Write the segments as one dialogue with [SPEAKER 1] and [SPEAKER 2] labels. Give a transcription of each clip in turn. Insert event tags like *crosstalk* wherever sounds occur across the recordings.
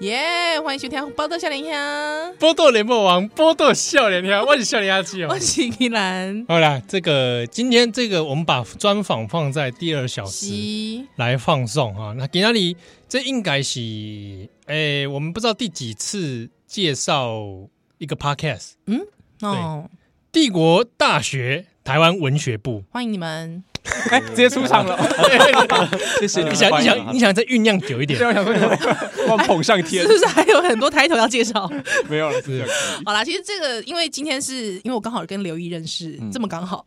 [SPEAKER 1] 耶！欢迎收听《报道笑脸香》，
[SPEAKER 2] 波豆联播王，波豆笑脸鸭，万笑脸鸭记
[SPEAKER 1] 我
[SPEAKER 2] 哦。
[SPEAKER 1] 是依兰。
[SPEAKER 2] 好啦，这个今天这个我们把专访放在第二小时
[SPEAKER 1] 西
[SPEAKER 2] 来放送哈。那给那里这应该是诶、我们不知道第几次介绍一个 podcast，
[SPEAKER 1] 哦，
[SPEAKER 2] 帝国大学台湾文学部。
[SPEAKER 1] 欢迎你们。
[SPEAKER 3] 哎，直接出场了，
[SPEAKER 4] 谢谢
[SPEAKER 2] 你想你想你想再酝酿久一点
[SPEAKER 3] 这，样想说，哇，捧上天
[SPEAKER 1] 是，不是还有很多抬头要介绍？
[SPEAKER 3] 没有了，是这样可以
[SPEAKER 1] 好啦， *laughs* 其实这个因为今天是因为我刚好跟刘毅认识，这么刚好，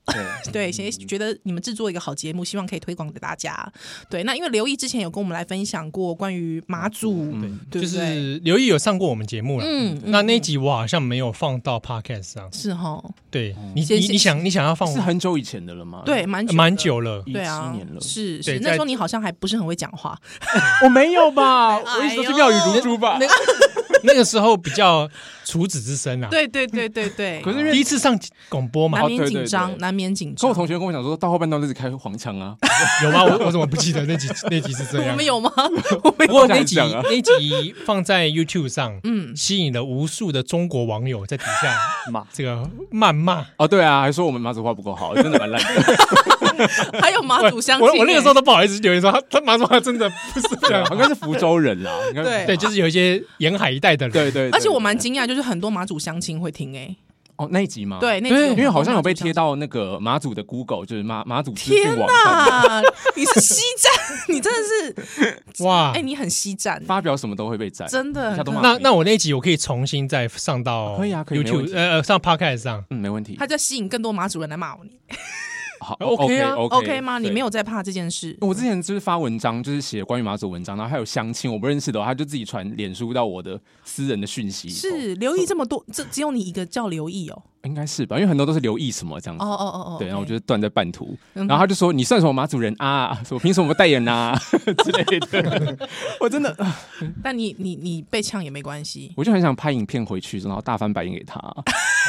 [SPEAKER 1] *laughs*
[SPEAKER 4] 对
[SPEAKER 1] 对，所以觉得你们制作一个好节目，希望可以推广给大家。对，那因为刘毅之前有跟我们来分享过关于马祖，
[SPEAKER 4] 嗯
[SPEAKER 1] 对
[SPEAKER 2] 就
[SPEAKER 1] 不对？
[SPEAKER 2] 是刘毅有上过我们节目了。
[SPEAKER 1] 嗯
[SPEAKER 2] 那那一
[SPEAKER 1] 嗯
[SPEAKER 2] 集我好像没有放到 podcast 上，
[SPEAKER 1] 是哦哈，
[SPEAKER 2] 对你
[SPEAKER 1] 谢
[SPEAKER 2] 你
[SPEAKER 1] 谢
[SPEAKER 2] 你想你想要放
[SPEAKER 4] 是很久以前的了
[SPEAKER 3] 啊
[SPEAKER 4] 吗？
[SPEAKER 1] 对，，蛮久
[SPEAKER 2] 蛮
[SPEAKER 1] 的。
[SPEAKER 2] 久了，
[SPEAKER 4] 一
[SPEAKER 1] 对啊
[SPEAKER 4] 七年，了，
[SPEAKER 1] 是
[SPEAKER 2] 对
[SPEAKER 1] 是，那
[SPEAKER 2] 在
[SPEAKER 1] 时候你好像还不是很会讲话，
[SPEAKER 3] 我没
[SPEAKER 1] *laughs*
[SPEAKER 3] 有吧？
[SPEAKER 1] 哎呦
[SPEAKER 3] 我一直都是妙语如珠吧？
[SPEAKER 2] 那个时候比较处子之身啊。
[SPEAKER 1] 对对对对对，
[SPEAKER 3] 可是因
[SPEAKER 2] 第
[SPEAKER 3] 为
[SPEAKER 2] 一，次上广播嘛
[SPEAKER 1] 难，
[SPEAKER 3] 哦
[SPEAKER 1] 免
[SPEAKER 3] 对对
[SPEAKER 1] 紧张，
[SPEAKER 3] 对
[SPEAKER 1] 难免紧
[SPEAKER 3] 跟
[SPEAKER 1] 张。
[SPEAKER 3] 我同学跟我讲说，到后半段都是开黄腔啊，
[SPEAKER 2] 有吗？我我怎么不记得那
[SPEAKER 1] *laughs*
[SPEAKER 2] 集那集是这
[SPEAKER 1] 我
[SPEAKER 2] 样
[SPEAKER 1] 们？有
[SPEAKER 2] *laughs*
[SPEAKER 1] 吗？
[SPEAKER 2] 不过那集
[SPEAKER 3] 这样讲啊
[SPEAKER 2] 那集放在 YouTube 上，
[SPEAKER 1] 嗯，
[SPEAKER 2] 吸引了无数的中国网友在底下
[SPEAKER 4] 骂
[SPEAKER 2] 这个谩骂。
[SPEAKER 3] 哦，对啊，还说我们马子话不够好，真的蛮烂的。
[SPEAKER 1] 还有马祖相亲
[SPEAKER 2] 我
[SPEAKER 1] 欸，
[SPEAKER 2] 我那个时候都不好意思留言说他他妈妈真的不是这样 *laughs*
[SPEAKER 3] 对啊，，应该是福州人啦，应该
[SPEAKER 1] 对
[SPEAKER 2] 对，就是有一些沿海一带的人，
[SPEAKER 3] 对对，对
[SPEAKER 1] 而且我蛮惊讶，就是很多马祖相亲会听哎，
[SPEAKER 3] 哦那一集吗？
[SPEAKER 1] 对，，那集
[SPEAKER 2] 对
[SPEAKER 3] 因为好像有被贴
[SPEAKER 1] 到。
[SPEAKER 3] 到那个马祖的 Google，就是马马祖资
[SPEAKER 1] 天
[SPEAKER 3] 讯网上面，
[SPEAKER 1] 呐， *laughs* 你是西站， *laughs* 你真的是，
[SPEAKER 2] 哇
[SPEAKER 1] 哎，！你很西站，
[SPEAKER 3] 发表什么都会被摘，
[SPEAKER 1] 真的
[SPEAKER 3] 一下都骂
[SPEAKER 2] 那那我那集我可以重新再上到
[SPEAKER 3] 可以啊可以没问
[SPEAKER 2] YouTube
[SPEAKER 3] 题
[SPEAKER 2] 呃呃上
[SPEAKER 3] *laughs*
[SPEAKER 2] Podcast 上，
[SPEAKER 3] 嗯，没问题
[SPEAKER 1] 他，在吸引更多马主人来骂我你
[SPEAKER 3] 好
[SPEAKER 2] OK 啊
[SPEAKER 3] OK
[SPEAKER 1] ，OK 吗？你没。有在怕这件事，
[SPEAKER 3] 我之前就是发文章，就是写关于马祖文章，然后还有相亲，我不认识的哦，他就自己传脸书到我的私人的讯息，哦
[SPEAKER 1] 是刘毅这么多，这只有你一个叫刘毅哦，
[SPEAKER 3] 应该是吧？因为很多都是留意什么这样
[SPEAKER 2] 嗯
[SPEAKER 3] 子
[SPEAKER 1] 哦。哦哦哦，
[SPEAKER 3] 对，然后我
[SPEAKER 1] OK
[SPEAKER 3] 就断在半途，
[SPEAKER 1] 嗯哼
[SPEAKER 3] 然后他就说：“你算什么马祖人啊？ *laughs* 我凭什么代言啊 *laughs* 之类的？” *laughs* 我真的，
[SPEAKER 1] 但你你你被呛也没关
[SPEAKER 2] *laughs*
[SPEAKER 1] 系，
[SPEAKER 3] 我就很想拍影片回去，然后大翻白眼给他。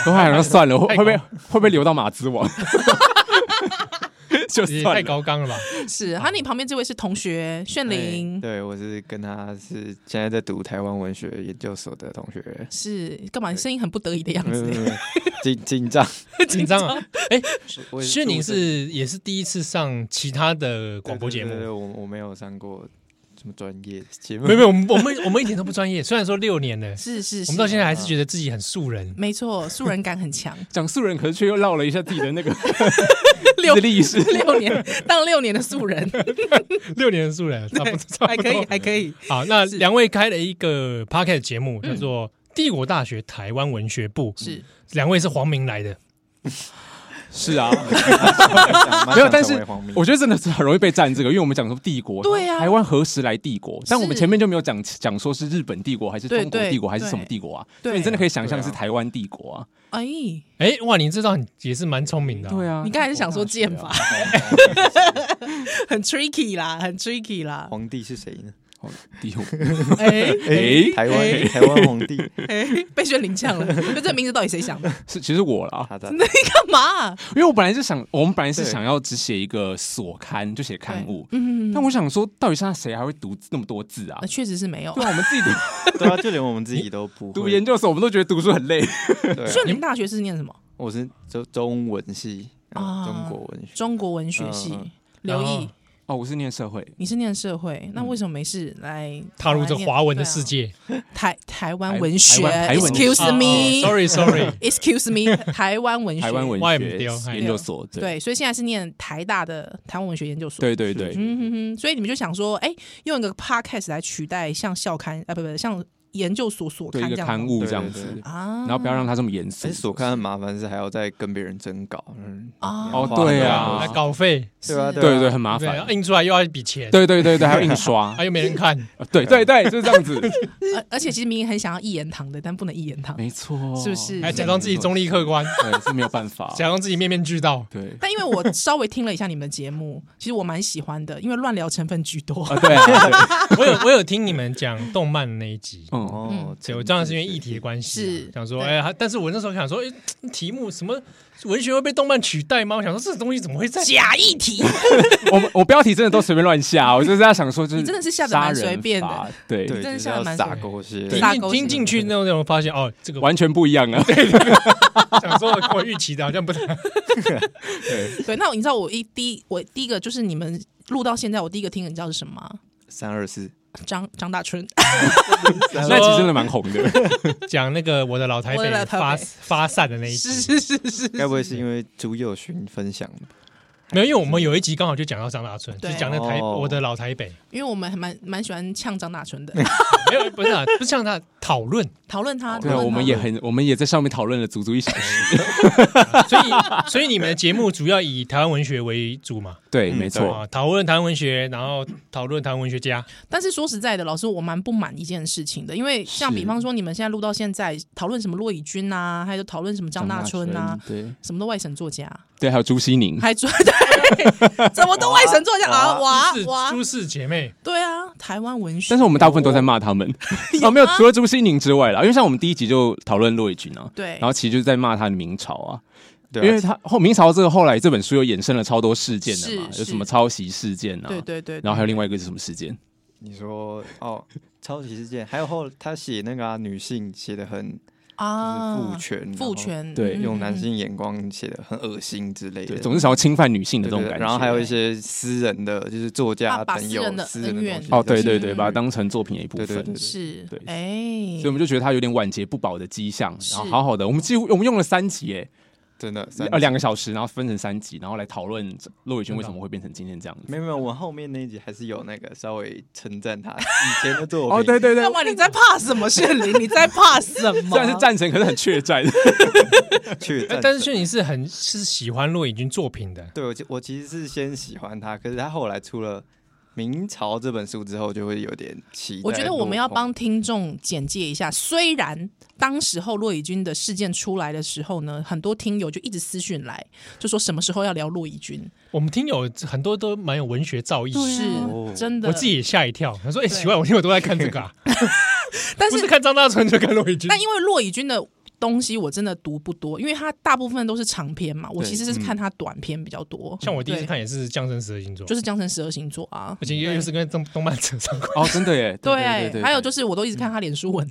[SPEAKER 3] 我还想说算了，会会不会会不会留到马之王？ *laughs* 就
[SPEAKER 2] 也
[SPEAKER 3] 算
[SPEAKER 2] 太
[SPEAKER 3] 了。
[SPEAKER 1] *laughs*
[SPEAKER 2] 高纲了吧？
[SPEAKER 1] 是。他你旁边这位是同学炫
[SPEAKER 2] 哎
[SPEAKER 1] 灵，
[SPEAKER 4] 对，我是跟他是现在在读台湾文学研究所的同
[SPEAKER 3] *laughs*
[SPEAKER 4] 学，
[SPEAKER 1] 是干嘛？你声音很不得已的样子，
[SPEAKER 4] 紧 *laughs* 紧张。
[SPEAKER 2] 紧张啊！哎，
[SPEAKER 4] 我
[SPEAKER 2] 薛宁是也是第一次上其他的广播节
[SPEAKER 4] 对对对
[SPEAKER 2] 目，
[SPEAKER 4] 我我没有上过什么专业节目，
[SPEAKER 2] 没有没有，我们我们我们一点都不专业。虽然说六
[SPEAKER 3] *laughs*
[SPEAKER 2] 年
[SPEAKER 1] *laughs*
[SPEAKER 2] 了，
[SPEAKER 3] 啊
[SPEAKER 1] 是是
[SPEAKER 2] 我
[SPEAKER 1] 是
[SPEAKER 2] 们，到现在还是觉得自己很素人。
[SPEAKER 1] 没错，素人感很强，
[SPEAKER 3] 讲素人，可是却又绕了一下自己的
[SPEAKER 2] *laughs*
[SPEAKER 3] 那个
[SPEAKER 1] *laughs* 六
[SPEAKER 3] 资历史。
[SPEAKER 1] 六年当六年的素人，
[SPEAKER 2] *laughs* 六年的素人，差不多差
[SPEAKER 1] 还
[SPEAKER 2] 不
[SPEAKER 1] 可以
[SPEAKER 2] 多。
[SPEAKER 1] 还可以，
[SPEAKER 2] 好，那两位开了一
[SPEAKER 3] *laughs*
[SPEAKER 2] 个 p o c a s t 节目，叫做
[SPEAKER 3] 嗯
[SPEAKER 2] 《帝国大学台湾文学部》，
[SPEAKER 1] 是
[SPEAKER 2] 两位是黄明来的，
[SPEAKER 3] 是啊，
[SPEAKER 4] 有
[SPEAKER 3] 没有但是我觉得真的是很容易被占这个，因为我们讲说帝国，
[SPEAKER 1] 对啊
[SPEAKER 3] 台湾何时来帝国？但我们
[SPEAKER 1] 是
[SPEAKER 3] 前面就没有讲讲说是日本帝国还是
[SPEAKER 1] 对
[SPEAKER 3] 中国
[SPEAKER 1] 对
[SPEAKER 3] 帝国还是
[SPEAKER 1] 对
[SPEAKER 3] 什么帝国啊？
[SPEAKER 1] 对
[SPEAKER 3] 所以你真的可以想象
[SPEAKER 4] 对啊
[SPEAKER 3] 是台湾帝国啊。
[SPEAKER 1] 哎，
[SPEAKER 2] 哎，哇，你这道很也是蛮聪明的、
[SPEAKER 3] 对
[SPEAKER 2] 啊，
[SPEAKER 3] 啊，
[SPEAKER 1] 你刚才是想说剑法， *laughs* 很 tricky 啦，很 tricky 啦，
[SPEAKER 4] 皇帝是谁呢？
[SPEAKER 3] 哦帝国
[SPEAKER 1] 哎
[SPEAKER 3] *laughs* 哎
[SPEAKER 4] 台湾台湾皇
[SPEAKER 3] *laughs*
[SPEAKER 4] 帝，
[SPEAKER 1] 哎，被炫灵呛了，那这名字到底谁想的？
[SPEAKER 3] 是其实我 *laughs* 啦，
[SPEAKER 4] 他的
[SPEAKER 1] 真的你干嘛？啊
[SPEAKER 3] 因为我本来是想，我们本来是
[SPEAKER 4] 对
[SPEAKER 3] 想要只写一个所刊，就写刊物。
[SPEAKER 1] 嗯，
[SPEAKER 3] 但我想说，到底现在谁还会读那么多字啊
[SPEAKER 1] 那？确实是没有
[SPEAKER 3] 对。啊，我们自己读
[SPEAKER 4] 对啊，就连我们自己都
[SPEAKER 3] *laughs*
[SPEAKER 4] 不
[SPEAKER 3] 读
[SPEAKER 4] 会
[SPEAKER 3] 研究所，我们都觉得读书很累。
[SPEAKER 4] 对啊
[SPEAKER 1] 炫灵大学是念什么？
[SPEAKER 4] 我是中中文系
[SPEAKER 1] 啊
[SPEAKER 4] 啊，中国文学。
[SPEAKER 1] 中国文学系
[SPEAKER 4] 嗯嗯。
[SPEAKER 1] 刘
[SPEAKER 2] 然
[SPEAKER 1] 毅
[SPEAKER 2] 后，嗯
[SPEAKER 3] 哦，我是念社会，
[SPEAKER 1] 你是念社会，那为什么没事来
[SPEAKER 2] 踏入这华文的世？
[SPEAKER 1] 来念
[SPEAKER 2] 界。
[SPEAKER 1] 对啊台台湾
[SPEAKER 3] 台
[SPEAKER 1] 文学
[SPEAKER 3] 台湾台文
[SPEAKER 1] ，Excuse
[SPEAKER 3] 啊
[SPEAKER 1] me，Excuse
[SPEAKER 2] 哦 sorry sorry，
[SPEAKER 1] me，台湾文学，
[SPEAKER 3] 台湾文
[SPEAKER 2] 我也
[SPEAKER 3] 学
[SPEAKER 2] 不丢哎
[SPEAKER 3] 研究所。对
[SPEAKER 1] 对，所以现在是念台大的台湾文学研究所。
[SPEAKER 3] 对对对，
[SPEAKER 1] 嗯哼哼，所以你们就想说，哎，用一个 podcast 来取代像校刊啊，不不，像研究所所
[SPEAKER 3] 对
[SPEAKER 1] 刊
[SPEAKER 3] 一
[SPEAKER 1] 这
[SPEAKER 3] 个
[SPEAKER 1] 样
[SPEAKER 3] 刊
[SPEAKER 1] 吗
[SPEAKER 3] 物
[SPEAKER 4] 对
[SPEAKER 3] 这样
[SPEAKER 4] 对
[SPEAKER 3] 子
[SPEAKER 4] 对，
[SPEAKER 1] 啊，
[SPEAKER 3] 然后不要让它这么严肃
[SPEAKER 4] 哎，。所看很麻烦是还要再跟别人征稿，嗯，
[SPEAKER 1] 啊
[SPEAKER 3] 哦 *laughs* 对啊
[SPEAKER 2] 啊，稿费，
[SPEAKER 1] 是
[SPEAKER 4] 对啊
[SPEAKER 3] 对对，很麻
[SPEAKER 2] 对，
[SPEAKER 3] 烦
[SPEAKER 2] 要。印出来又要一笔钱，
[SPEAKER 3] 对对对对，还要印刷
[SPEAKER 2] 啊，。又没人看，
[SPEAKER 3] 对对对，就是这
[SPEAKER 1] *laughs*
[SPEAKER 3] 样子。
[SPEAKER 1] 而而且其实明明很想要一言堂的，但不能一言堂。
[SPEAKER 3] 没错，
[SPEAKER 1] 是不是
[SPEAKER 2] 还假装自
[SPEAKER 1] 哦
[SPEAKER 2] 己中立客观，
[SPEAKER 3] *laughs* 对是没有办法。
[SPEAKER 2] 假装自己面面俱到。
[SPEAKER 3] 对
[SPEAKER 1] 但因为我稍微听了一下你们的节目，其实我蛮喜
[SPEAKER 3] *laughs*
[SPEAKER 1] 欢的，因为乱聊成分居多。
[SPEAKER 2] *laughs*
[SPEAKER 3] 啊，对啊，对
[SPEAKER 2] 我有我有听你们讲动漫那一集，
[SPEAKER 3] 嗯嗯，
[SPEAKER 4] 哦，
[SPEAKER 2] 对，我当然是因为
[SPEAKER 4] 是
[SPEAKER 2] 议题的关系啊，
[SPEAKER 1] 是
[SPEAKER 2] 想说，
[SPEAKER 1] 对
[SPEAKER 2] 哎呀，但是我那时候想说，哎，题目什么文学会被动漫取代吗？我想说这东西怎么会在？
[SPEAKER 1] 假议题，
[SPEAKER 3] 我我标题真的都随便乱下，我就是在想说，就
[SPEAKER 1] 你
[SPEAKER 3] 是
[SPEAKER 1] 真的是下得
[SPEAKER 3] 杀
[SPEAKER 1] 蛮随
[SPEAKER 3] 人
[SPEAKER 1] 便的
[SPEAKER 3] 法，对
[SPEAKER 4] 对，
[SPEAKER 1] 真的
[SPEAKER 4] 就是
[SPEAKER 1] 下得
[SPEAKER 4] 要
[SPEAKER 1] 蛮
[SPEAKER 4] 撒
[SPEAKER 1] 深
[SPEAKER 4] 狗血，
[SPEAKER 1] 对
[SPEAKER 2] 听
[SPEAKER 1] 大
[SPEAKER 2] 进
[SPEAKER 1] 勾
[SPEAKER 2] 听
[SPEAKER 1] 心
[SPEAKER 2] 进去那种那种发
[SPEAKER 1] *laughs*
[SPEAKER 2] 现，哦，这个
[SPEAKER 3] 完全不一样啊。
[SPEAKER 2] 想说跟我预期的好像
[SPEAKER 1] *laughs*
[SPEAKER 2] 不太，
[SPEAKER 1] 对，那你知道我一第一我第一个就是你们录到现在，我第一个听的你知道是什么吗？
[SPEAKER 4] 三二四，
[SPEAKER 1] 张张大
[SPEAKER 3] *laughs*
[SPEAKER 1] 春， *laughs*
[SPEAKER 3] 那集真的蛮红的，
[SPEAKER 2] 讲那个我的老台
[SPEAKER 1] 我的
[SPEAKER 2] 北
[SPEAKER 1] 老台北
[SPEAKER 2] 发发散的那一集，
[SPEAKER 1] 是是是是，
[SPEAKER 4] 该不会是因为朱佑勋分享的吧？
[SPEAKER 2] 没有，因为我们有一集刚好就讲到张大春，就
[SPEAKER 1] 对
[SPEAKER 2] 讲那台
[SPEAKER 4] 哦
[SPEAKER 2] 我的老台北，
[SPEAKER 1] 因为我们还蛮蛮喜欢呛张大春的，
[SPEAKER 2] 没有不是啊，不是像他讨论，
[SPEAKER 1] 讨论他，
[SPEAKER 3] 对啊，
[SPEAKER 1] 讨论
[SPEAKER 3] 我
[SPEAKER 1] 他
[SPEAKER 3] 们也很，我们也在上面讨论了足足一小时。
[SPEAKER 2] 所以 *laughs* 所以你们的节目主要以台湾文学为主嘛，
[SPEAKER 3] 对，
[SPEAKER 4] 嗯
[SPEAKER 3] 没
[SPEAKER 4] 对
[SPEAKER 3] 错，
[SPEAKER 2] 啊，讨论台湾文学，然后讨论台湾文学家，
[SPEAKER 1] 但是说实在的，老师，我蛮不满一件事情的，因为像
[SPEAKER 3] 是
[SPEAKER 1] 比方说你们现在录到现在，讨论什么骆以军啊，还有讨论什么张大春啊，
[SPEAKER 3] 对
[SPEAKER 1] 什么都外省作家，
[SPEAKER 3] 对，还有朱西宁，
[SPEAKER 1] 还专 *laughs*
[SPEAKER 3] *laughs*
[SPEAKER 1] 对，怎么都外省作家啊，哇
[SPEAKER 2] 是
[SPEAKER 1] 哇，
[SPEAKER 2] 朱氏姐妹，
[SPEAKER 1] 对啊，台湾文学，
[SPEAKER 3] 但是我们大部分都在
[SPEAKER 1] *laughs*
[SPEAKER 3] 骂他们。哦，没有，除了朱西宁之外啦，因为像我们第一集就讨论骆以军啊，
[SPEAKER 1] 对，
[SPEAKER 3] 然后其实就是在骂他的明朝啊，
[SPEAKER 4] 对啊，
[SPEAKER 3] 因为他后明朝这个后来这本书又衍生了超多事件的嘛，
[SPEAKER 1] 是是
[SPEAKER 3] 有什么抄袭事件啊，
[SPEAKER 1] 对对对，
[SPEAKER 3] 然后还有另外一个是什么事件？
[SPEAKER 4] 你说哦，抄袭事件，还有后他写那个啊，女性写的很
[SPEAKER 1] 啊，
[SPEAKER 4] 就是父权，
[SPEAKER 1] 父，权，
[SPEAKER 3] 对
[SPEAKER 1] 嗯
[SPEAKER 4] 用男，性眼光写的很恶心之类
[SPEAKER 3] 对，
[SPEAKER 4] 的，
[SPEAKER 3] 总是想要侵犯女性的
[SPEAKER 4] 对
[SPEAKER 3] 这种
[SPEAKER 4] 对
[SPEAKER 3] 感觉。
[SPEAKER 4] 然后还有一些私人的，就是作
[SPEAKER 1] 把
[SPEAKER 4] 家
[SPEAKER 1] 把
[SPEAKER 4] 朋
[SPEAKER 1] 私
[SPEAKER 4] 友
[SPEAKER 1] 人的
[SPEAKER 4] 私人
[SPEAKER 1] 恩
[SPEAKER 4] 的
[SPEAKER 1] 怨
[SPEAKER 4] 东西
[SPEAKER 3] 哦，对对对，
[SPEAKER 1] 嗯
[SPEAKER 3] 把它当成作品的一部分。
[SPEAKER 4] 对对对
[SPEAKER 1] 嗯是
[SPEAKER 3] 对，所以我
[SPEAKER 1] 哎，
[SPEAKER 3] 们就觉得他有点晚节不保的迹象，
[SPEAKER 1] 是
[SPEAKER 3] 然后好好的，我们几乎我们用了三集诶，
[SPEAKER 4] 真的
[SPEAKER 3] 呃两
[SPEAKER 4] 个，
[SPEAKER 3] 个小时，然后分成三集，然后来讨论骆以军为什么会变成今天这样子。
[SPEAKER 4] 没有没有，我后面那一集还是有那个稍微称赞他以前的作品，
[SPEAKER 3] 哦，对对对
[SPEAKER 1] 那，么你在怕什么，炫灵？你在怕什么？
[SPEAKER 3] *laughs* 虽然是赞成，可是很怯战。
[SPEAKER 4] 去
[SPEAKER 2] 哎
[SPEAKER 4] 赞，
[SPEAKER 2] 但是
[SPEAKER 4] 成
[SPEAKER 2] 炫你是很是喜欢骆以军作品的，
[SPEAKER 4] 对我其我其实是先喜欢他，可是他后来出了《明朝》这本书之后，就会有点期待落
[SPEAKER 1] 我
[SPEAKER 4] 空。
[SPEAKER 1] 觉得我们要帮听众简介一下，虽然当时候骆以军的事件出来的时候呢，很多听友就一直私讯来，就说什么时候要聊骆以军，
[SPEAKER 2] 我们听友很多都蛮有文学造诣的。
[SPEAKER 1] 是
[SPEAKER 4] 哦
[SPEAKER 1] 真的。
[SPEAKER 2] 我自己也吓一跳，他说：“哎、
[SPEAKER 1] 对
[SPEAKER 2] 奇怪，我听友都在看这
[SPEAKER 1] *laughs*
[SPEAKER 2] 个、啊，
[SPEAKER 1] 但
[SPEAKER 2] 不是
[SPEAKER 1] 是
[SPEAKER 2] 看张大春就看骆以军。
[SPEAKER 1] 但因为骆以军的东西我真的读不多，因为他大部分都是长篇嘛，我
[SPEAKER 4] 对
[SPEAKER 1] 其实是看他短篇比较多。
[SPEAKER 2] 嗯像我第一次
[SPEAKER 1] 对
[SPEAKER 2] 看也是降生十二星座，
[SPEAKER 1] 就是《江城十二星座》
[SPEAKER 2] *laughs*
[SPEAKER 1] 啊
[SPEAKER 2] 而。且又又是跟动动漫扯上关。
[SPEAKER 3] *laughs* 哦，真的耶，对哦
[SPEAKER 1] 对，还有就是我都一直看他脸书文，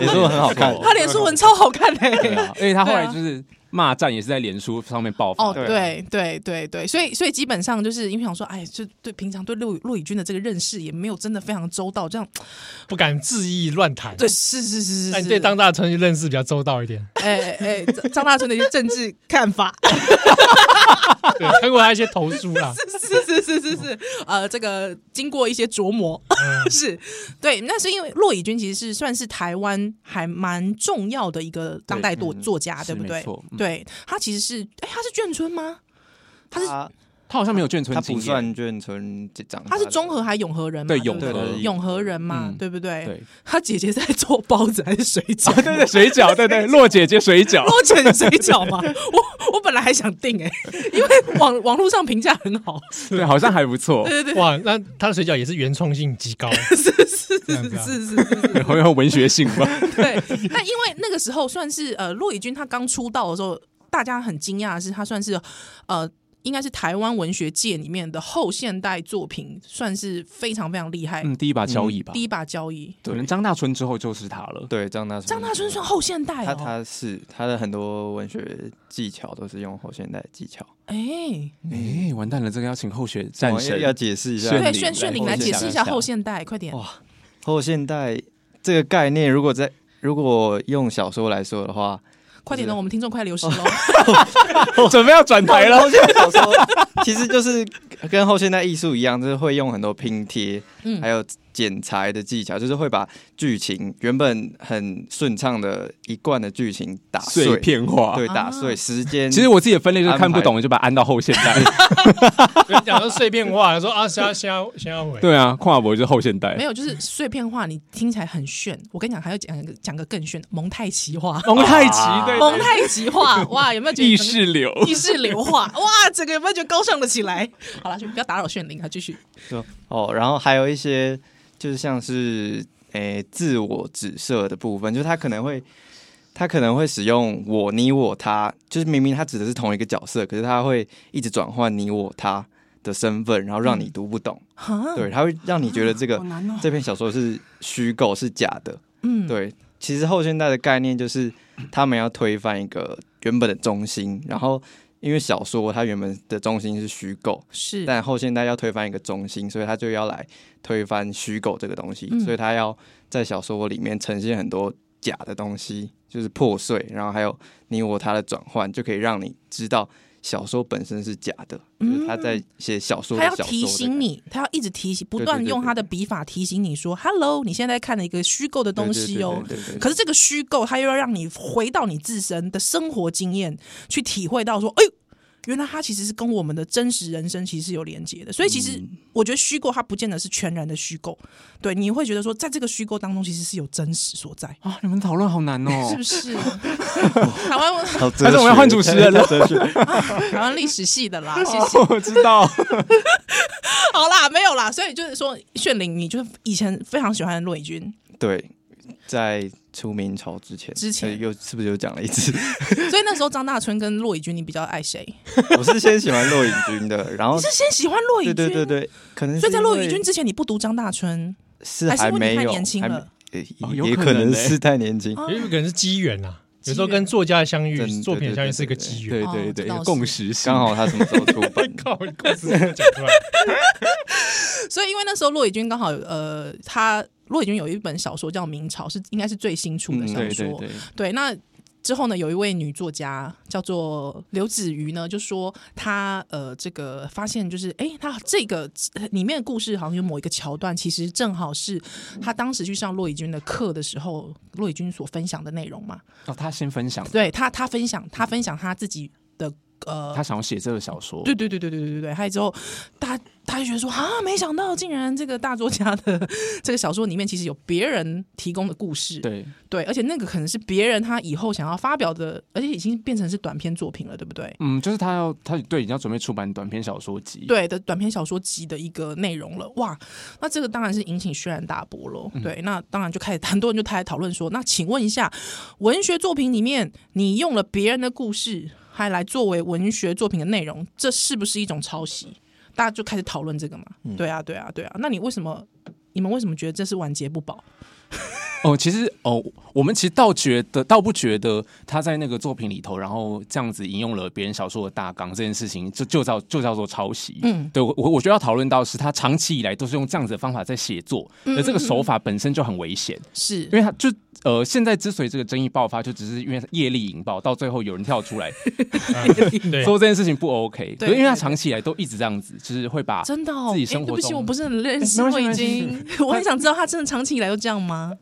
[SPEAKER 4] 也说很好
[SPEAKER 2] 哦
[SPEAKER 4] 看，
[SPEAKER 1] 他脸书文超好看的、
[SPEAKER 3] *laughs* 对啊，而且他后来就是骂战也是在脸书上面爆发
[SPEAKER 1] 哦，
[SPEAKER 3] 的。
[SPEAKER 1] 对对对对，所以所以基本上就是因为想说，哎，就对平常对陆陆以军的这个认识也没有真的非常周到，这
[SPEAKER 3] *laughs*
[SPEAKER 1] 样
[SPEAKER 2] 不敢恣意乱谈。
[SPEAKER 1] 对是是是是
[SPEAKER 2] 那
[SPEAKER 3] 哎
[SPEAKER 1] 是，
[SPEAKER 2] 你对张大春就认识比较周到一
[SPEAKER 1] *laughs*
[SPEAKER 2] 点，
[SPEAKER 1] 哎哎张张大春的一些政治看
[SPEAKER 3] *laughs*
[SPEAKER 1] 法，
[SPEAKER 2] 对，看过他一些投书啦。
[SPEAKER 1] *laughs* 是是是是是，呃，这个经过一些琢磨，*laughs*
[SPEAKER 3] 嗯
[SPEAKER 1] 是对，那是因为骆以军其实是算是台湾还蛮重要的一个当代作
[SPEAKER 3] 嗯
[SPEAKER 1] 作家，
[SPEAKER 3] 是
[SPEAKER 1] 对不对
[SPEAKER 3] 没错？嗯
[SPEAKER 1] 对他其实是，哎，他是眷村吗？他是
[SPEAKER 4] 他
[SPEAKER 3] 他好像没有眷村
[SPEAKER 4] 他
[SPEAKER 3] 经
[SPEAKER 4] 不
[SPEAKER 3] 验
[SPEAKER 4] 算眷村这张，
[SPEAKER 1] 他是中和还是永和人嘛？
[SPEAKER 3] 对
[SPEAKER 1] 对不
[SPEAKER 3] 永
[SPEAKER 4] 和
[SPEAKER 1] 对永和人嘛，
[SPEAKER 3] 嗯
[SPEAKER 1] 对不对？
[SPEAKER 3] 对，
[SPEAKER 1] 他姐姐在做包子还是水饺？
[SPEAKER 3] *laughs* 对对水饺，对对，洛姐姐水饺，
[SPEAKER 1] 多钱水饺 *laughs* 嘛？我我本来还想订哎、因为网网络上评价很好，
[SPEAKER 3] 对，好像还不错，
[SPEAKER 2] 哇，那他的水饺也是原创性极高，
[SPEAKER 1] 是 *laughs* 是是
[SPEAKER 2] 这样子
[SPEAKER 1] *laughs* 是
[SPEAKER 2] 啊
[SPEAKER 1] 是是，
[SPEAKER 3] 很有文学性吧？
[SPEAKER 1] 对。那因 *laughs* 为那个时候算是呃，骆以军他刚出道的时候，大家很惊讶的是，他算是呃，应该是台湾文学界里面的后现代作品，算是非常非常厉害，
[SPEAKER 3] 嗯，第一把交椅吧
[SPEAKER 1] 第，一把交椅。
[SPEAKER 3] 可能张大春之后就是他了。
[SPEAKER 4] 对张大春
[SPEAKER 1] 张大春算后现代
[SPEAKER 4] 他
[SPEAKER 1] 哦，
[SPEAKER 4] 他是他的很多文学技巧都是用后现代技巧，
[SPEAKER 1] 哎、
[SPEAKER 3] 哎，完蛋了，这个要请候选战
[SPEAKER 4] 我要
[SPEAKER 3] 神 *laughs*
[SPEAKER 4] 要解释一下
[SPEAKER 3] 炫
[SPEAKER 1] 对，
[SPEAKER 3] 灵
[SPEAKER 1] 炫炫灵
[SPEAKER 3] 来
[SPEAKER 1] 来解释一下
[SPEAKER 3] 后现代
[SPEAKER 1] 后现代，快点。
[SPEAKER 4] 哇后现代这个概念，如果在如果用小说来说的话，
[SPEAKER 1] 快点呢，我们听众快流失喽。
[SPEAKER 3] 准备要转台了。
[SPEAKER 4] 后现代小说其实就是跟后现代艺术一样，就是会用很多拼贴，
[SPEAKER 1] 嗯
[SPEAKER 4] 还有剪裁的技巧，就是会把剧情原本很顺畅的一贯的剧情打
[SPEAKER 3] 碎
[SPEAKER 4] 碎，
[SPEAKER 3] 片化，
[SPEAKER 4] *laughs* 对，
[SPEAKER 1] 啊
[SPEAKER 4] 打碎时间。
[SPEAKER 3] 其实我自己的分类就是看不懂，就把它安到后现代。
[SPEAKER 2] 所以讲说碎片化，说啊，先要先要先要回。
[SPEAKER 3] *laughs* 对啊，跨博就是后现代
[SPEAKER 1] 没。有，就是碎片化，你听起来很炫。我跟你讲，还要讲一个讲个更炫，蒙太奇化，
[SPEAKER 4] 哦
[SPEAKER 3] 蒙太奇，对
[SPEAKER 1] 蒙太奇化，哇，有没有觉得
[SPEAKER 3] 意
[SPEAKER 1] 整个
[SPEAKER 3] 识流，
[SPEAKER 1] 意识流化？哇，整个有没有觉得高尚了起来？好了，就不要打扰炫灵啊，继续。
[SPEAKER 4] 哦，然后还有一些就是像是诶、自我指涉的部分，就是他可能会他可能会使用我、你、我、他，就是明明他指的是同一个角色，可是他会一直转换你、我、他的身份，然后让
[SPEAKER 3] 嗯
[SPEAKER 4] 你读不懂。
[SPEAKER 1] 哈，
[SPEAKER 4] 对，他会让你觉得这个、
[SPEAKER 5] 好难哦。
[SPEAKER 4] 这篇小说是虚构是假的。
[SPEAKER 1] 嗯，
[SPEAKER 4] 对，其实后现代的概念就是他们要推翻一个原本的中心，然后因为小说它原本的中心是虚构，
[SPEAKER 1] 是，
[SPEAKER 4] 但后现代要推翻一个中心，所以他就要来推翻虚构这个东西，
[SPEAKER 1] 嗯
[SPEAKER 4] 所以他要在小说里面呈现很多假的东西，就是破碎，然后还有你我他的转换，就可以让你知道小说本身是假的，就是他在写小说的
[SPEAKER 1] 嗯他要
[SPEAKER 4] 小说的
[SPEAKER 1] 提
[SPEAKER 4] 感觉
[SPEAKER 1] 醒你，他要一直提醒，不
[SPEAKER 4] 对对
[SPEAKER 1] 断
[SPEAKER 4] 对
[SPEAKER 1] 用
[SPEAKER 4] 对
[SPEAKER 1] 他的笔法提醒你说：“Hello，你现在在看了一个虚构的东西哦。”
[SPEAKER 4] 对对对对对对
[SPEAKER 1] 可是这个虚构，它又要让你回到你自身的生活经验，去体会到说，哎呦，原来它其实是跟我们的真实人生其实是有连接的。所以其
[SPEAKER 4] 嗯
[SPEAKER 1] 实我觉得虚构它不见得是全然的虚构，对，你会觉得说，在这个虚构当中其实是有真实所在，
[SPEAKER 3] 啊，你们讨论好难哦
[SPEAKER 1] 是不
[SPEAKER 4] *laughs*
[SPEAKER 1] 是？台湾
[SPEAKER 4] 好哲
[SPEAKER 3] 还是我们要
[SPEAKER 4] 学
[SPEAKER 3] 换主持人了
[SPEAKER 4] 哲学
[SPEAKER 1] 台湾历史系的啦，
[SPEAKER 4] 哦
[SPEAKER 1] 谢谢。
[SPEAKER 3] *laughs* 我知道，
[SPEAKER 1] 好啦，没有啦，所以就是说，炫灵，你就是以前非常喜欢骆以军，
[SPEAKER 4] *laughs* 对，
[SPEAKER 1] *laughs*
[SPEAKER 4] 在出明朝之前，
[SPEAKER 1] 之前
[SPEAKER 4] 呃又是不是又讲了一次？
[SPEAKER 1] 所以那时候张大春跟骆以军，你比较爱谁？你
[SPEAKER 4] 我是先喜欢骆以军的，
[SPEAKER 1] *laughs*
[SPEAKER 4] 然后
[SPEAKER 1] 是先喜欢骆以
[SPEAKER 4] 对
[SPEAKER 1] 军，
[SPEAKER 4] 哦对对对，可能
[SPEAKER 1] 所以在
[SPEAKER 4] 骆
[SPEAKER 1] 骆以军之前，你不读张大春，
[SPEAKER 4] 是
[SPEAKER 1] 还是
[SPEAKER 4] 还
[SPEAKER 1] 因为
[SPEAKER 4] 没
[SPEAKER 1] 你太
[SPEAKER 4] 有，
[SPEAKER 1] 年轻
[SPEAKER 4] 还没
[SPEAKER 1] 了
[SPEAKER 4] 呃
[SPEAKER 3] 哦有
[SPEAKER 4] 也
[SPEAKER 3] 可
[SPEAKER 4] 可
[SPEAKER 3] 能
[SPEAKER 4] 能
[SPEAKER 3] 欸
[SPEAKER 4] 是太年轻。
[SPEAKER 1] 啊
[SPEAKER 2] 也有可能是机缘啊，有时候
[SPEAKER 1] 机缘
[SPEAKER 2] 跟作家相
[SPEAKER 4] 真
[SPEAKER 2] 遇，
[SPEAKER 4] 的
[SPEAKER 2] 哦作品的相遇是一个
[SPEAKER 4] 对对对
[SPEAKER 2] 机缘。？
[SPEAKER 3] 对
[SPEAKER 1] 哦
[SPEAKER 3] 对
[SPEAKER 1] 这
[SPEAKER 3] 对
[SPEAKER 1] 倒，是
[SPEAKER 3] 共识性
[SPEAKER 4] 刚好他什么时候出版 *laughs*
[SPEAKER 2] 靠，你故事怎么讲出来？
[SPEAKER 1] 所以因为那时候骆以军刚好呃，他骆以军有一本小说叫《明朝》，是应该是最新
[SPEAKER 4] 嗯
[SPEAKER 1] 出的小说。
[SPEAKER 3] 对对对，
[SPEAKER 1] 对，那之后呢，有一位女作家叫做刘子瑜呢，就说她呃，这个发现就是，哎，她这个呃里面的故事好像有某一个桥段，其实正好是她当时去上骆以军的课的时候，骆以军所分享的内容嘛。
[SPEAKER 3] 哦，他先分享，
[SPEAKER 1] 对她，她分享，她分享她自己的呃
[SPEAKER 3] 他想要写这个小说，
[SPEAKER 1] 对对对对对对对对，还有之后，大家大家就觉得说啊，没想到竟然这个大作家的这个小说里面其实有别人提供的故事，
[SPEAKER 3] 对
[SPEAKER 1] 对而且那个可能是别人他以后想要发表的，而且已经变成是短篇作品了，对不对？
[SPEAKER 3] 嗯，就是他要他对，你要准备出版短篇小说集，
[SPEAKER 1] 对的，短篇小说集的一个内容了，哇，那这个当然是引起轩然大波喽。
[SPEAKER 3] 嗯
[SPEAKER 1] 对，那当然就开始很多人就开始讨论说，那请问一下，文学作品里面你用了别人的故事，还来作为文学作品的内容，这是不是一种抄袭？大家就开始讨论这个嘛。
[SPEAKER 3] 嗯
[SPEAKER 1] 对啊，对啊，对啊。那你为什么？你们为什么觉得这是晚节不保？
[SPEAKER 3] 哦，其实哦，我们其实倒觉得，倒不觉得他在那个作品里头，然后这样子引用了别人小说的大纲这件事情，就就叫就叫做抄袭。
[SPEAKER 1] 嗯，
[SPEAKER 3] 对我我我觉得要讨论到是他长期以来都是用这样子的方法在写作，而这个手法本身就很危险，
[SPEAKER 1] 是
[SPEAKER 3] 因为他就呃，现在之所以这个争议爆发，就只是因为业力引爆，到最后有人跳出来
[SPEAKER 2] 对，
[SPEAKER 3] 说这件事情不 OK，
[SPEAKER 1] 对
[SPEAKER 3] 可是因为他
[SPEAKER 1] 对对
[SPEAKER 3] 长期以来都一直这样子，就是会把
[SPEAKER 1] 真的哦。
[SPEAKER 3] 自己
[SPEAKER 1] 诶
[SPEAKER 3] 生活
[SPEAKER 1] 对不起，
[SPEAKER 3] 中
[SPEAKER 1] 我不是很认识，
[SPEAKER 3] 诶没
[SPEAKER 1] 我
[SPEAKER 3] 关系啊
[SPEAKER 1] 已经， *laughs* 我很想知道他真的长期以来都这样吗？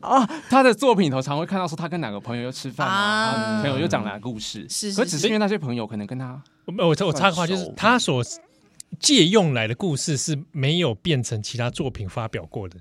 [SPEAKER 3] 他的作品里头常会看到说他跟哪个朋友又吃饭
[SPEAKER 1] 啊
[SPEAKER 3] 啊，他女朋友又讲哪个故事，
[SPEAKER 1] 是是
[SPEAKER 3] 可只是因为那些朋友可能跟他
[SPEAKER 2] 我我我插个话，就
[SPEAKER 3] 算熟
[SPEAKER 2] 是他所借用来的故事是没有变成其他作品发表过的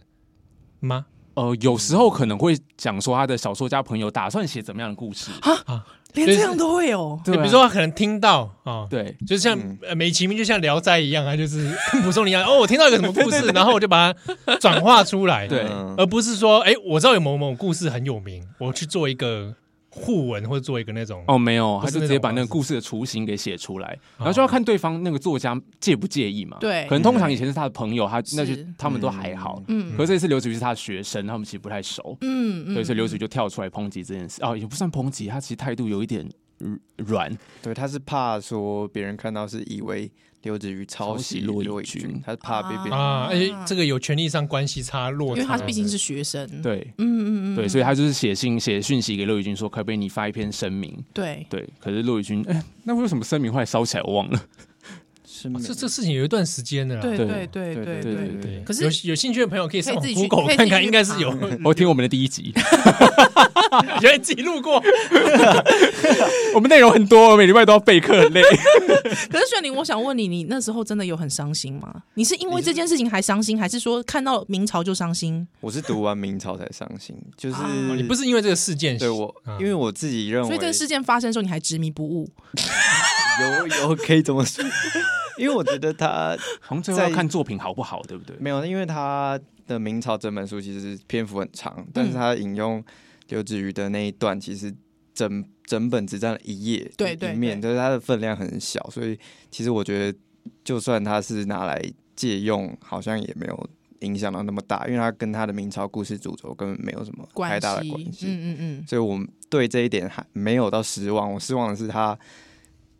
[SPEAKER 2] 吗？
[SPEAKER 3] 呃，有时候可能会讲说他的小说家朋友打算写怎么样的故事，
[SPEAKER 1] 啊连
[SPEAKER 2] 就
[SPEAKER 1] 这
[SPEAKER 2] 是
[SPEAKER 1] 样都会哦。
[SPEAKER 3] 对
[SPEAKER 4] 啊
[SPEAKER 2] 比如说他可能听到啊，哦
[SPEAKER 3] 对，
[SPEAKER 2] 就像
[SPEAKER 4] 嗯
[SPEAKER 2] 呃美其名就像《聊斋》一样啊，就是跟蒲松龄一样，哦，我听到一个什么故事，
[SPEAKER 4] *laughs*
[SPEAKER 2] 然后我就把它转化出来，
[SPEAKER 3] 对
[SPEAKER 4] 嗯
[SPEAKER 2] 而不是说，哎，我知道有某某故事很有名，我去做一个互文或者做一个那种，
[SPEAKER 3] 哦，没有，
[SPEAKER 2] 不
[SPEAKER 3] 他
[SPEAKER 2] 是
[SPEAKER 3] 就
[SPEAKER 2] 那
[SPEAKER 3] 直接
[SPEAKER 2] 种
[SPEAKER 3] 把
[SPEAKER 2] 方
[SPEAKER 3] 那个
[SPEAKER 2] 式
[SPEAKER 3] 故事的雏形给写出来，然后就要看对方那个作家介不介意嘛。
[SPEAKER 1] 对
[SPEAKER 3] 可能通常以前是他的朋友，他那就是他们都还好。
[SPEAKER 1] 嗯
[SPEAKER 3] 可是这一次刘子瑜是他的学生，他们其实不太熟，
[SPEAKER 1] 嗯嗯，
[SPEAKER 3] 对，所以刘子瑜就跳出来抨击这件事。哦，也不算抨击，他其实态度有一点嗯软。
[SPEAKER 4] 对，他是怕说别人看到是以为刘子瑜抄
[SPEAKER 3] 抄袭
[SPEAKER 4] 袭
[SPEAKER 3] 骆以
[SPEAKER 4] 骆以
[SPEAKER 3] 军
[SPEAKER 4] 军，他是怕被
[SPEAKER 1] 哦
[SPEAKER 4] 别人
[SPEAKER 2] 啊，而且这个有权利上关系差落
[SPEAKER 1] 因
[SPEAKER 2] 差，
[SPEAKER 1] 为他毕竟是学生，，
[SPEAKER 3] 对
[SPEAKER 1] 嗯嗯嗯，
[SPEAKER 3] 对，所以他就是写信写讯息给骆宇军说，可不可以你发一篇声明？
[SPEAKER 1] 对，
[SPEAKER 3] 对，可是骆宇军，哎，那为什么声明后来烧起来？我忘了。
[SPEAKER 4] 是
[SPEAKER 2] 哦这这事情有一段时间的啦，
[SPEAKER 1] 对
[SPEAKER 3] 对
[SPEAKER 1] 对对
[SPEAKER 4] 对
[SPEAKER 1] 对
[SPEAKER 4] 对
[SPEAKER 3] 对
[SPEAKER 1] 对。
[SPEAKER 3] 对对，
[SPEAKER 2] 可
[SPEAKER 1] 可
[SPEAKER 2] 是
[SPEAKER 1] 是
[SPEAKER 2] 有有兴趣的朋友可以上
[SPEAKER 1] 可以
[SPEAKER 2] 网
[SPEAKER 1] 自己去
[SPEAKER 2] Google
[SPEAKER 1] 可以自
[SPEAKER 2] 看
[SPEAKER 1] 己
[SPEAKER 2] 看，
[SPEAKER 1] 去
[SPEAKER 2] 应该是有， *laughs*
[SPEAKER 3] 我哦听我们的第一集， *laughs*
[SPEAKER 2] 原来自己路
[SPEAKER 4] *laughs*
[SPEAKER 2] 过，
[SPEAKER 3] 我们内容很多，每礼拜都要备课，很累。
[SPEAKER 1] 可是雪玲，我想问你，你那时候真的有很伤心吗？你是因为这件事情还伤心，还是说看到明朝就伤心？
[SPEAKER 4] 我是读完明朝才伤心，就是
[SPEAKER 1] 啊
[SPEAKER 2] 哦你不是因嗯为这个事件，
[SPEAKER 4] 对我，因为我自己认为
[SPEAKER 1] 所以这个事件发生的时候，你还执迷不悟？
[SPEAKER 4] 有有可以这么 *laughs* 说，因为我觉得他
[SPEAKER 3] 好像最后要
[SPEAKER 4] 在
[SPEAKER 3] 看作品好不好，对不对？
[SPEAKER 4] 没有，因为他的明朝整本书其实篇幅很长，但
[SPEAKER 1] 嗯
[SPEAKER 4] 是他引用刘志瑜的那一段，其实整整本只占了一页，
[SPEAKER 1] 对对
[SPEAKER 4] 一面，就是它的分量很小，所以其实我觉得，就算他是拿来借用，好像也没有影响到那么大，因为它跟他的明朝故事主轴根本没有什么太
[SPEAKER 1] 关
[SPEAKER 4] 大的
[SPEAKER 1] 系，
[SPEAKER 4] 关
[SPEAKER 1] 嗯
[SPEAKER 4] 系，
[SPEAKER 1] 嗯嗯，
[SPEAKER 4] 所以我们对这一点还没有到失望。我失望的是他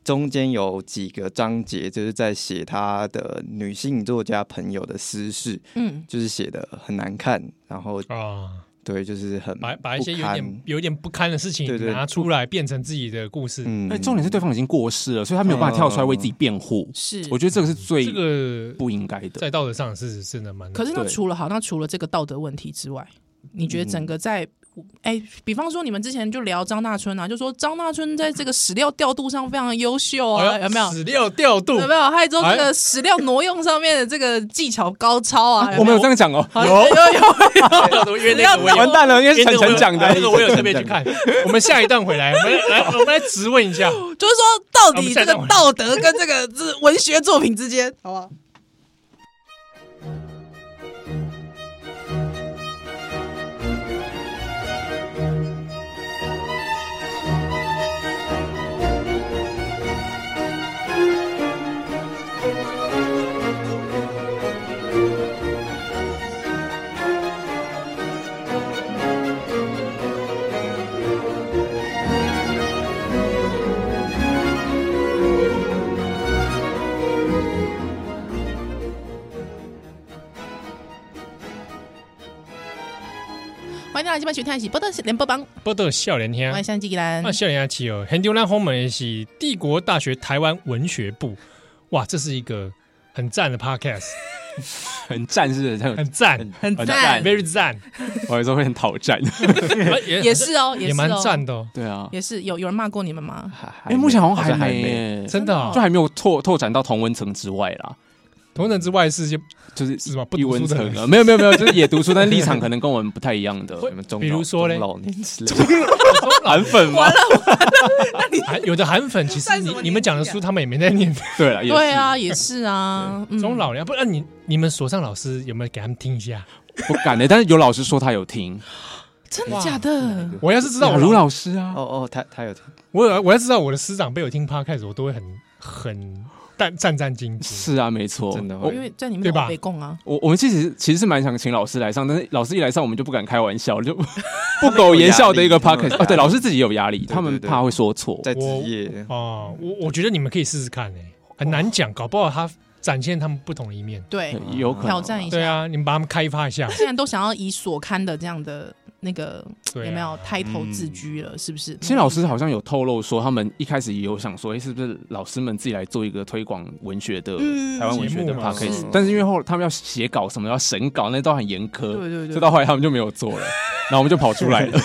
[SPEAKER 4] 中间有几个章节就是在写他的女性作家朋友的私事，
[SPEAKER 1] 嗯，
[SPEAKER 4] 就是写的很难看，然后
[SPEAKER 2] 啊，
[SPEAKER 4] 对，就是很
[SPEAKER 2] 把把一些
[SPEAKER 4] 不
[SPEAKER 2] 有
[SPEAKER 4] 堪
[SPEAKER 2] 点有点不堪的事情
[SPEAKER 4] 对对
[SPEAKER 2] 拿出来，变成自己的故事。
[SPEAKER 4] 嗯
[SPEAKER 3] 哎，重点是对方已经过世了，所以他没有办法跳出来为自己辩护。
[SPEAKER 1] 是。
[SPEAKER 3] 我觉得这个是最
[SPEAKER 2] 这个
[SPEAKER 3] 不应该的。
[SPEAKER 2] 在道德上是真的蛮，
[SPEAKER 1] 可是那
[SPEAKER 3] 对
[SPEAKER 1] 除了好，那除了这个道德问题之外，你觉得整个在哎、比方说你们之前就聊张大春啊，就说张大春在这个史料调度上非常优秀啊，
[SPEAKER 2] 哎呦
[SPEAKER 1] 有没有？
[SPEAKER 2] 史料调度
[SPEAKER 1] 有没有？还有说这
[SPEAKER 2] 哎
[SPEAKER 1] 个史料挪用上面的这个技巧高超
[SPEAKER 3] *laughs*
[SPEAKER 1] 啊，
[SPEAKER 3] 我
[SPEAKER 1] 没
[SPEAKER 3] 们有这样讲哦，
[SPEAKER 1] 有有有
[SPEAKER 2] 调度？因为那个我有
[SPEAKER 3] 完蛋了，因为晨晨讲
[SPEAKER 2] 哎那
[SPEAKER 3] 的，
[SPEAKER 2] 个我有特别去
[SPEAKER 1] *laughs*
[SPEAKER 2] 看。我们下一段回来，我们来我们来质问一下。
[SPEAKER 1] 就是说，到
[SPEAKER 2] 啊我们
[SPEAKER 1] 底
[SPEAKER 2] 下
[SPEAKER 1] 这
[SPEAKER 2] 一段
[SPEAKER 1] 个
[SPEAKER 2] 回来
[SPEAKER 1] 道德跟这个这文学作品之间， *laughs* 好不好？欢迎大家今晚收听的是《波特联播榜》，
[SPEAKER 2] 波多笑脸天
[SPEAKER 1] 我，是向纪兰
[SPEAKER 2] 那。笑脸阿奇哦，很丢那后门是帝国大学台湾文学部。哇，这是一个很赞的 podcast，
[SPEAKER 3] 很战是不是
[SPEAKER 2] 很赞
[SPEAKER 3] 很很
[SPEAKER 1] 赞 *laughs*
[SPEAKER 2] ，very 赞，
[SPEAKER 3] *laughs* 我有时候会很讨战。
[SPEAKER 2] 也
[SPEAKER 1] 也是哦，
[SPEAKER 2] 也
[SPEAKER 1] 是
[SPEAKER 2] 蛮
[SPEAKER 1] 哦
[SPEAKER 2] 赞的哦，
[SPEAKER 3] 对啊，
[SPEAKER 1] 也是有有人骂过你们吗？
[SPEAKER 4] 还还
[SPEAKER 3] *laughs* 哎，目前好像还
[SPEAKER 4] 没
[SPEAKER 3] 没耶，
[SPEAKER 2] 真的哦
[SPEAKER 3] 就。还没有拓拓展到同温层之外啦，
[SPEAKER 2] 同等之外是就。
[SPEAKER 3] 就是
[SPEAKER 2] 是吧？不
[SPEAKER 3] 异
[SPEAKER 2] 读
[SPEAKER 3] 温
[SPEAKER 2] 书的
[SPEAKER 3] 层
[SPEAKER 2] 人，
[SPEAKER 3] 了。
[SPEAKER 1] 啊
[SPEAKER 3] 没有没有没有，就是也读 *laughs* 书，但立场可能跟我们不太一样的。
[SPEAKER 4] 什么中
[SPEAKER 2] 比如
[SPEAKER 4] 老
[SPEAKER 2] 说嘞
[SPEAKER 4] 中老年之类的
[SPEAKER 3] *laughs* 韩粉吗？
[SPEAKER 2] 韩有的韩粉其实
[SPEAKER 1] 算什
[SPEAKER 2] 你
[SPEAKER 1] 么年纪啊
[SPEAKER 2] 你们讲的书他们也没在念。
[SPEAKER 3] 对了，也是
[SPEAKER 1] 对，啊，也是啊，嗯
[SPEAKER 2] 中老年，不然你你们所上老师有没有给他们听一下？
[SPEAKER 1] 嗯
[SPEAKER 3] 不敢的。但是有老师说他有听，
[SPEAKER 1] 真的假的？
[SPEAKER 2] 我要是知道
[SPEAKER 3] 雅
[SPEAKER 2] 我
[SPEAKER 3] 茹
[SPEAKER 2] 老
[SPEAKER 3] 老师啊，
[SPEAKER 4] 哦哦，他他有
[SPEAKER 2] 我我要知道我的师长被我听 podcast，我都会很很战战战兢兢。
[SPEAKER 3] 是啊，没错，
[SPEAKER 4] 真的
[SPEAKER 3] 我
[SPEAKER 4] 会
[SPEAKER 1] 因为在里
[SPEAKER 2] 哦对
[SPEAKER 1] 面
[SPEAKER 2] 吧
[SPEAKER 1] 有被供啊，
[SPEAKER 3] 我我们其实其实是蛮想请老师来上，但是老师一来上，我们就不敢开玩笑，就不苟言笑的一个
[SPEAKER 4] 他们有
[SPEAKER 3] pocket
[SPEAKER 4] 压力
[SPEAKER 3] 啊。对，老师自己有压力，
[SPEAKER 4] 对
[SPEAKER 3] 他们怕会说错。
[SPEAKER 4] 在职
[SPEAKER 2] 我
[SPEAKER 4] 业，
[SPEAKER 2] 哦，我我觉得你们可以试试看诶、欸很难讲，搞不好他展现他们不同的一面。
[SPEAKER 1] 对，
[SPEAKER 3] 对有可能
[SPEAKER 1] 挑战一下。，
[SPEAKER 2] 对啊，你们把他们开发一下
[SPEAKER 1] *laughs* 现在都想要以所刊的这样的那个
[SPEAKER 2] 对啊
[SPEAKER 1] 有没有 title 自居了？是不是？嗯
[SPEAKER 3] 其实老师好像有透露说，他们一开始也有想说，哎，是不是老师们自己来做一个推广文学的
[SPEAKER 1] 嗯
[SPEAKER 3] 台湾文学
[SPEAKER 2] 节
[SPEAKER 3] 的
[SPEAKER 2] 目嘛
[SPEAKER 3] podcast？
[SPEAKER 1] 是
[SPEAKER 3] 但是因为后来他们要写稿什么，要审稿，那都很严苛，
[SPEAKER 1] 对对对
[SPEAKER 3] 所以到后来他们就没有做了，然后我们就跑出来了，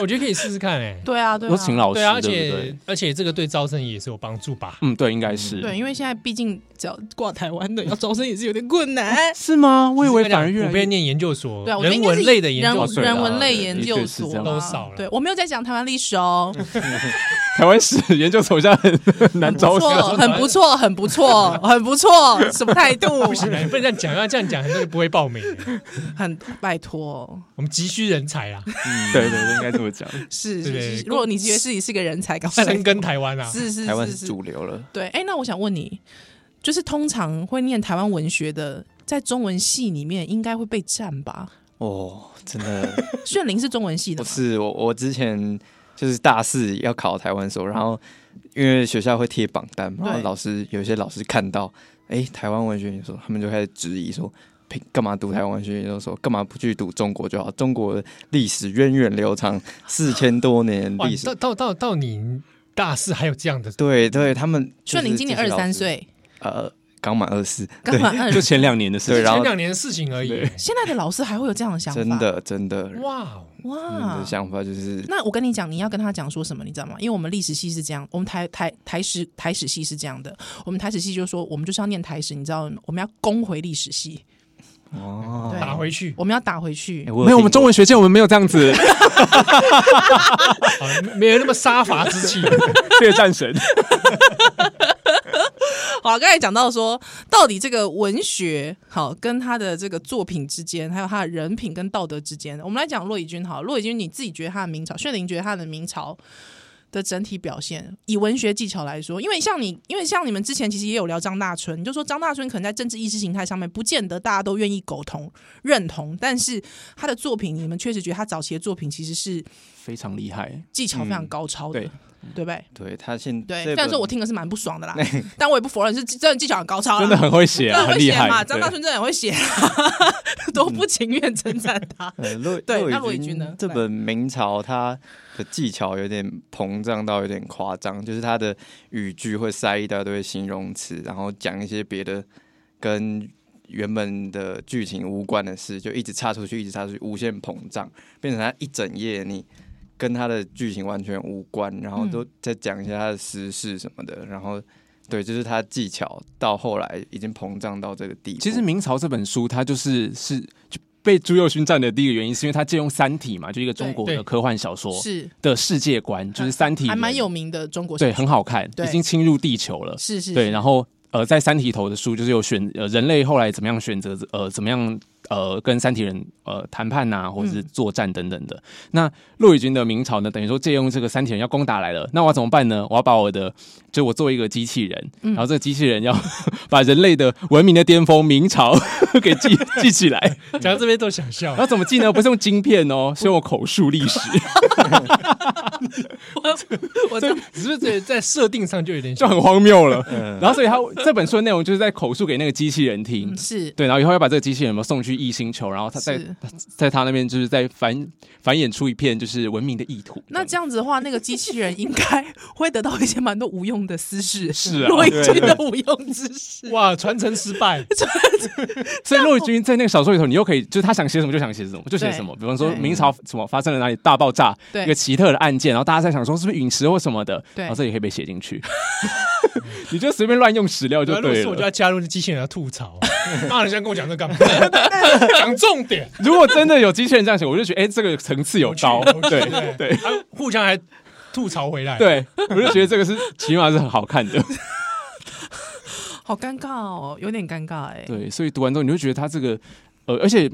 [SPEAKER 2] 我觉得可以试试看诶、
[SPEAKER 1] 对啊，对
[SPEAKER 3] 说
[SPEAKER 1] 啊，
[SPEAKER 3] 请老师，
[SPEAKER 2] 对啊，而
[SPEAKER 3] 对不对
[SPEAKER 2] 且？而且这个对招生也是有帮助吧？
[SPEAKER 3] 嗯，对，应该是。
[SPEAKER 1] 对，因为现在毕竟只要挂台湾的要招生也是有点困难
[SPEAKER 3] 是吗？我以为反而
[SPEAKER 2] 普
[SPEAKER 3] 越来越
[SPEAKER 2] 遍念研究所，
[SPEAKER 1] 对啊，我觉得
[SPEAKER 2] 人
[SPEAKER 1] 应该
[SPEAKER 2] 文
[SPEAKER 1] 是
[SPEAKER 2] 类的研究
[SPEAKER 3] 所
[SPEAKER 1] 人
[SPEAKER 3] 啦
[SPEAKER 1] 人文类研
[SPEAKER 3] 对
[SPEAKER 1] 究
[SPEAKER 3] 对是
[SPEAKER 1] 所
[SPEAKER 3] 这样
[SPEAKER 1] 啦
[SPEAKER 2] 都少了
[SPEAKER 1] 对，我没有在讲台湾历史哦，
[SPEAKER 3] 台湾史研究所，现在很很难招
[SPEAKER 1] *laughs* 不
[SPEAKER 3] 生。
[SPEAKER 1] 错，很不错，很不错，很不错，什么态度？
[SPEAKER 2] 不行啦，哎你不能这样讲，要这样讲很多人不会报名欸、
[SPEAKER 1] 很拜托，
[SPEAKER 2] 我们急需人才
[SPEAKER 3] *laughs*
[SPEAKER 2] 啊，
[SPEAKER 3] 对对对，应该这
[SPEAKER 1] *laughs*
[SPEAKER 3] 么讲。
[SPEAKER 1] 是
[SPEAKER 2] 对
[SPEAKER 1] 是是，
[SPEAKER 2] 公
[SPEAKER 1] 如果你觉得自己是个人才，赶快来
[SPEAKER 2] 深耕台湾啊。
[SPEAKER 1] 是是
[SPEAKER 4] 台湾
[SPEAKER 1] 是
[SPEAKER 4] 是
[SPEAKER 1] 是，
[SPEAKER 4] 主流了，
[SPEAKER 1] 对。哎，那我想问你，就是通常会念台湾文学的，在中文系里面应该会被占吧？
[SPEAKER 4] 哦，真的。
[SPEAKER 1] 炫灵是中文系的
[SPEAKER 4] 不
[SPEAKER 1] 吗？
[SPEAKER 4] 是我，我之前就是大四要考台湾的时候，然后因为学校会贴榜单嘛，
[SPEAKER 1] 对
[SPEAKER 4] 然后老师有些老师看到，哎、台湾文学研究所，他们就开始质疑说。凭干嘛读台湾文学研究所？干嘛不去读中国就好？中国历史源远流长，四千
[SPEAKER 1] *laughs*
[SPEAKER 4] 多年
[SPEAKER 2] 哇
[SPEAKER 4] 历，
[SPEAKER 2] 到
[SPEAKER 4] 史。
[SPEAKER 2] 到到到你大四还有这样的，
[SPEAKER 4] 对对，他们就是
[SPEAKER 1] 炫灵今年
[SPEAKER 4] 这
[SPEAKER 1] 二十
[SPEAKER 4] 些老师
[SPEAKER 1] 三，岁，
[SPEAKER 4] 呃，刚满二十，
[SPEAKER 1] 刚满二
[SPEAKER 3] 就
[SPEAKER 1] 十。
[SPEAKER 3] 前两年的事
[SPEAKER 4] 对
[SPEAKER 3] 情。
[SPEAKER 4] 然后
[SPEAKER 2] 前两年的事情而已。
[SPEAKER 3] 对
[SPEAKER 1] 现在的老师还会有这样的想法？
[SPEAKER 4] 真的真的，
[SPEAKER 2] 哇哦，
[SPEAKER 4] 他们
[SPEAKER 1] 哇
[SPEAKER 4] 的！想法就是
[SPEAKER 1] 那我跟你讲，你要跟他讲说什么，你知道吗？因为我们历史系是这样，我们台台台史台史系是这样的，我们台史系就是说，我们就是要念台史，你知道，我们要攻回历史系，
[SPEAKER 4] 哦，
[SPEAKER 1] 对
[SPEAKER 2] 打回去，
[SPEAKER 1] 我们要打回去。
[SPEAKER 4] 诶
[SPEAKER 3] 没有，我们中文学界我们没有这样 *laughs* 子 *laughs*
[SPEAKER 2] 啊没有那么杀伐之气。
[SPEAKER 3] 列战神。
[SPEAKER 1] 好，刚才讲到说，到底这个文学好跟他的这个作品之间，还有他的人品跟道德之间，我们来讲骆以军好了。骆以军，你自己觉得他的明朝，炫灵觉得他的明朝的整体表现，以文学技巧来说，因为像你，因为像你们之前其实也有聊张大春，你就说张大春可能在政治意识形态上面，不见得大家都愿意苟同认同，但是他的作品，你们确实觉得他早期的作品其实是
[SPEAKER 3] 非常厉害。
[SPEAKER 1] 技巧非常高超的，
[SPEAKER 3] 嗯对
[SPEAKER 1] 对不对？
[SPEAKER 4] 对他现
[SPEAKER 1] 对，
[SPEAKER 4] 这
[SPEAKER 1] 虽然说
[SPEAKER 4] 本
[SPEAKER 1] 我听了是蛮不爽的
[SPEAKER 3] *laughs*
[SPEAKER 1] 啦，但我也不否认是真的技巧很高超啦，
[SPEAKER 3] *laughs* 真的很会写、
[SPEAKER 1] 真
[SPEAKER 3] 啊，
[SPEAKER 1] 的
[SPEAKER 3] 很
[SPEAKER 1] 会
[SPEAKER 3] 厉
[SPEAKER 1] 写
[SPEAKER 3] 害
[SPEAKER 1] 嘛。。张
[SPEAKER 3] 对
[SPEAKER 1] 大春真的很会写，啊 *laughs* 多不情愿称赞
[SPEAKER 3] *laughs*
[SPEAKER 1] 他。
[SPEAKER 4] 呃，骆
[SPEAKER 1] 对那骆
[SPEAKER 4] 以
[SPEAKER 1] 以军呢
[SPEAKER 4] 这
[SPEAKER 1] 来
[SPEAKER 4] 本《明朝》它的技巧有点膨胀到有点夸张，就是它的语句会塞一大堆形容词，然后讲一些别的跟原本的剧情无关的事，就一直插出去，一直插出去，无限膨胀，变成它一整页你跟它的剧情完全无关，然
[SPEAKER 1] 嗯
[SPEAKER 4] 后都再讲一下它的私事什么的，然后对，就是它技巧到后来已经膨胀到这个地步。
[SPEAKER 3] 其实《明朝》这本书，它就是是就被朱佑勋占的第一个原因，是因为它借用《三体》嘛，就一个中国
[SPEAKER 2] 对
[SPEAKER 3] 的
[SPEAKER 2] 对
[SPEAKER 3] 科幻小说
[SPEAKER 1] 是，啊
[SPEAKER 3] 的世界观，就是《三体》
[SPEAKER 1] 还蛮
[SPEAKER 3] 人
[SPEAKER 1] 有名的中国
[SPEAKER 3] 对，
[SPEAKER 1] 小
[SPEAKER 3] 很好看，
[SPEAKER 1] 对
[SPEAKER 3] 已经侵入地球了。
[SPEAKER 1] 是是
[SPEAKER 3] 对，
[SPEAKER 1] 是
[SPEAKER 3] 然后呃，在《三体》头的书就是有选呃人类后来怎么样选择呃怎么样呃跟三体人呃谈判呐、或者
[SPEAKER 1] 嗯
[SPEAKER 3] 是作战等等的。那骆以军的明朝呢，等于说借用这个三体人要攻打来了，那我要怎么办呢？我要把我的就我作为一个机器人，
[SPEAKER 1] 嗯
[SPEAKER 3] 然后这个机器人要 *laughs* 把人类的文明的巅峰明朝 *laughs* 给
[SPEAKER 1] *laughs*
[SPEAKER 3] 记记起来，
[SPEAKER 2] 讲到这边都想笑
[SPEAKER 3] 然。后怎么记呢？不是用晶片
[SPEAKER 1] *laughs*
[SPEAKER 3] 哦，是用口述历史，
[SPEAKER 1] 我
[SPEAKER 2] 这
[SPEAKER 1] 这
[SPEAKER 2] 只是在在设定上就有点
[SPEAKER 3] 就
[SPEAKER 2] 像，
[SPEAKER 3] 很荒谬了。
[SPEAKER 4] 嗯
[SPEAKER 3] 然后所以他这本书的内容就是在口述给那个机器人听。
[SPEAKER 1] 嗯是
[SPEAKER 3] 对，然后以后要把这个机器人有没有送去异星球，然后他在
[SPEAKER 1] 是。
[SPEAKER 3] 在他那边就是在繁繁衍出一片就是文明的意图。
[SPEAKER 1] 那这样子的话，那个机器人应
[SPEAKER 3] *laughs*
[SPEAKER 1] 该会得到一些蛮多无用的私事，
[SPEAKER 3] 是
[SPEAKER 1] *laughs*
[SPEAKER 3] 啊
[SPEAKER 1] 骆以军的无用之事。
[SPEAKER 2] 哇，传承失败，
[SPEAKER 3] 所以骆以军在那个小说里头，你又可以就是他想写什么就想写什么，就写
[SPEAKER 1] 对
[SPEAKER 3] 什么。比方说
[SPEAKER 1] 对
[SPEAKER 3] 明朝什么发生了哪里大爆炸，
[SPEAKER 1] 对
[SPEAKER 3] 一个奇特的案件，然后大家在想说是不是陨石或什么的，
[SPEAKER 1] 对
[SPEAKER 3] 然后这也可以被写进去。 *laughs* 你就随便乱用史料就
[SPEAKER 2] 啊如果
[SPEAKER 3] 对
[SPEAKER 2] 是我就
[SPEAKER 3] 了。
[SPEAKER 2] 要加入机器人的吐
[SPEAKER 3] *laughs*
[SPEAKER 2] 槽，妈的，现在跟我讲这干嘛？讲重点，
[SPEAKER 3] 如果真的有机器人这样写，我就觉得哎、这个层次有高，对
[SPEAKER 2] 对
[SPEAKER 3] 对
[SPEAKER 2] 他啊互相还吐槽回来，，
[SPEAKER 3] 对，我就觉得这个是起码是很好看的。
[SPEAKER 1] 好尴尬哦，有点尴尬哎。
[SPEAKER 3] 对，所以读完之后，你会觉得他这个，呃，而且，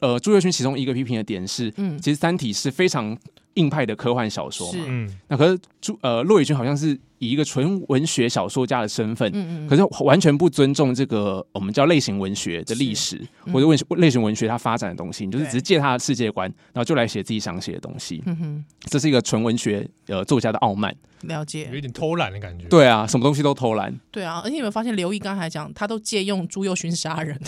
[SPEAKER 3] 呃，朱佑勋其中一个批评的点是，
[SPEAKER 1] 嗯
[SPEAKER 3] 其实《三体》是非常硬派的科幻小说
[SPEAKER 1] 是
[SPEAKER 3] 嘛。
[SPEAKER 2] 嗯，
[SPEAKER 3] 那可是朱呃骆以军好像是以一个纯文学小说家的身份，
[SPEAKER 1] 嗯嗯
[SPEAKER 3] 可是完全不尊重这个呃我们叫类型文学的历史，或者文类型文学它发展的东西，你就是
[SPEAKER 1] 嗯对
[SPEAKER 3] 只是借他的世界观，然后就来写自己想写的东西，
[SPEAKER 1] 嗯哼，
[SPEAKER 3] 这是一个纯文学呃作家的傲慢。
[SPEAKER 1] 嗯了
[SPEAKER 2] 有
[SPEAKER 1] 解。
[SPEAKER 2] 一点偷懒的感觉，
[SPEAKER 3] 对啊，什么东西都偷懒，
[SPEAKER 1] 对啊，而且你有没有发现刘毅刚才讲，他都借用朱佑勋杀人。 *laughs*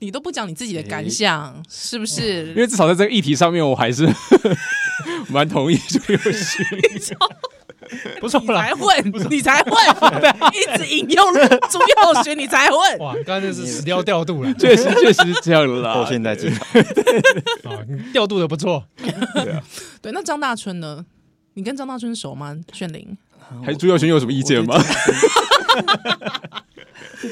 [SPEAKER 1] 你都不讲你自己的感想，是不是
[SPEAKER 3] 因？为至少在这个议题上面，我还是 *laughs* 蛮同意朱佑 *laughs* 勋。
[SPEAKER 2] 不错
[SPEAKER 1] *laughs* 你
[SPEAKER 2] 啦
[SPEAKER 1] 才。混，你才
[SPEAKER 3] *laughs*
[SPEAKER 1] 混，一直引用朱佑勋，你才
[SPEAKER 3] 哦
[SPEAKER 1] 混。
[SPEAKER 2] 哇，刚刚那是死掉调度了，
[SPEAKER 3] 确实确实是这样啦。
[SPEAKER 4] 到现在技巧，
[SPEAKER 2] 啊，你调度的不错，
[SPEAKER 1] 对，那张大春呢？你跟张大春熟吗？炫灵，
[SPEAKER 3] 还是朱耀勋有什么意见吗？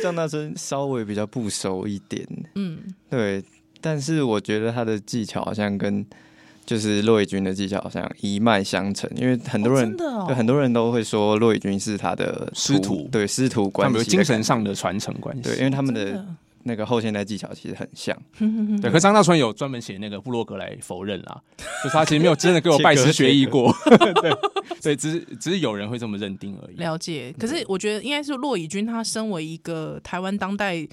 [SPEAKER 4] 张大春稍微比较不熟一点，
[SPEAKER 1] 嗯，
[SPEAKER 4] 对，但是我觉得他的技巧好像跟就是骆以军的技巧好像一脉相承，因为很多
[SPEAKER 1] 哦
[SPEAKER 4] 人、
[SPEAKER 1] 真的哦
[SPEAKER 4] 对很多人都会说骆以军是他的
[SPEAKER 3] 师徒
[SPEAKER 4] 对师徒
[SPEAKER 3] 他
[SPEAKER 4] 关
[SPEAKER 3] 们
[SPEAKER 4] 系
[SPEAKER 3] 有
[SPEAKER 4] 的
[SPEAKER 3] 精神
[SPEAKER 4] 感觉
[SPEAKER 3] 上的传承关系。
[SPEAKER 4] 对，因为他们
[SPEAKER 1] 真
[SPEAKER 4] 的那个后现代技巧其实很像，
[SPEAKER 1] 的，
[SPEAKER 3] 对，可是张大春有专门写那个布洛格来否认
[SPEAKER 4] *laughs*
[SPEAKER 3] 啦，就是他其实没有真的给我拜师学艺过。 *laughs* 对对，只是只是有人会这么认定而已。
[SPEAKER 1] 了解。
[SPEAKER 4] 嗯
[SPEAKER 1] 可是我觉得应该是骆以军，他身为一个台湾当代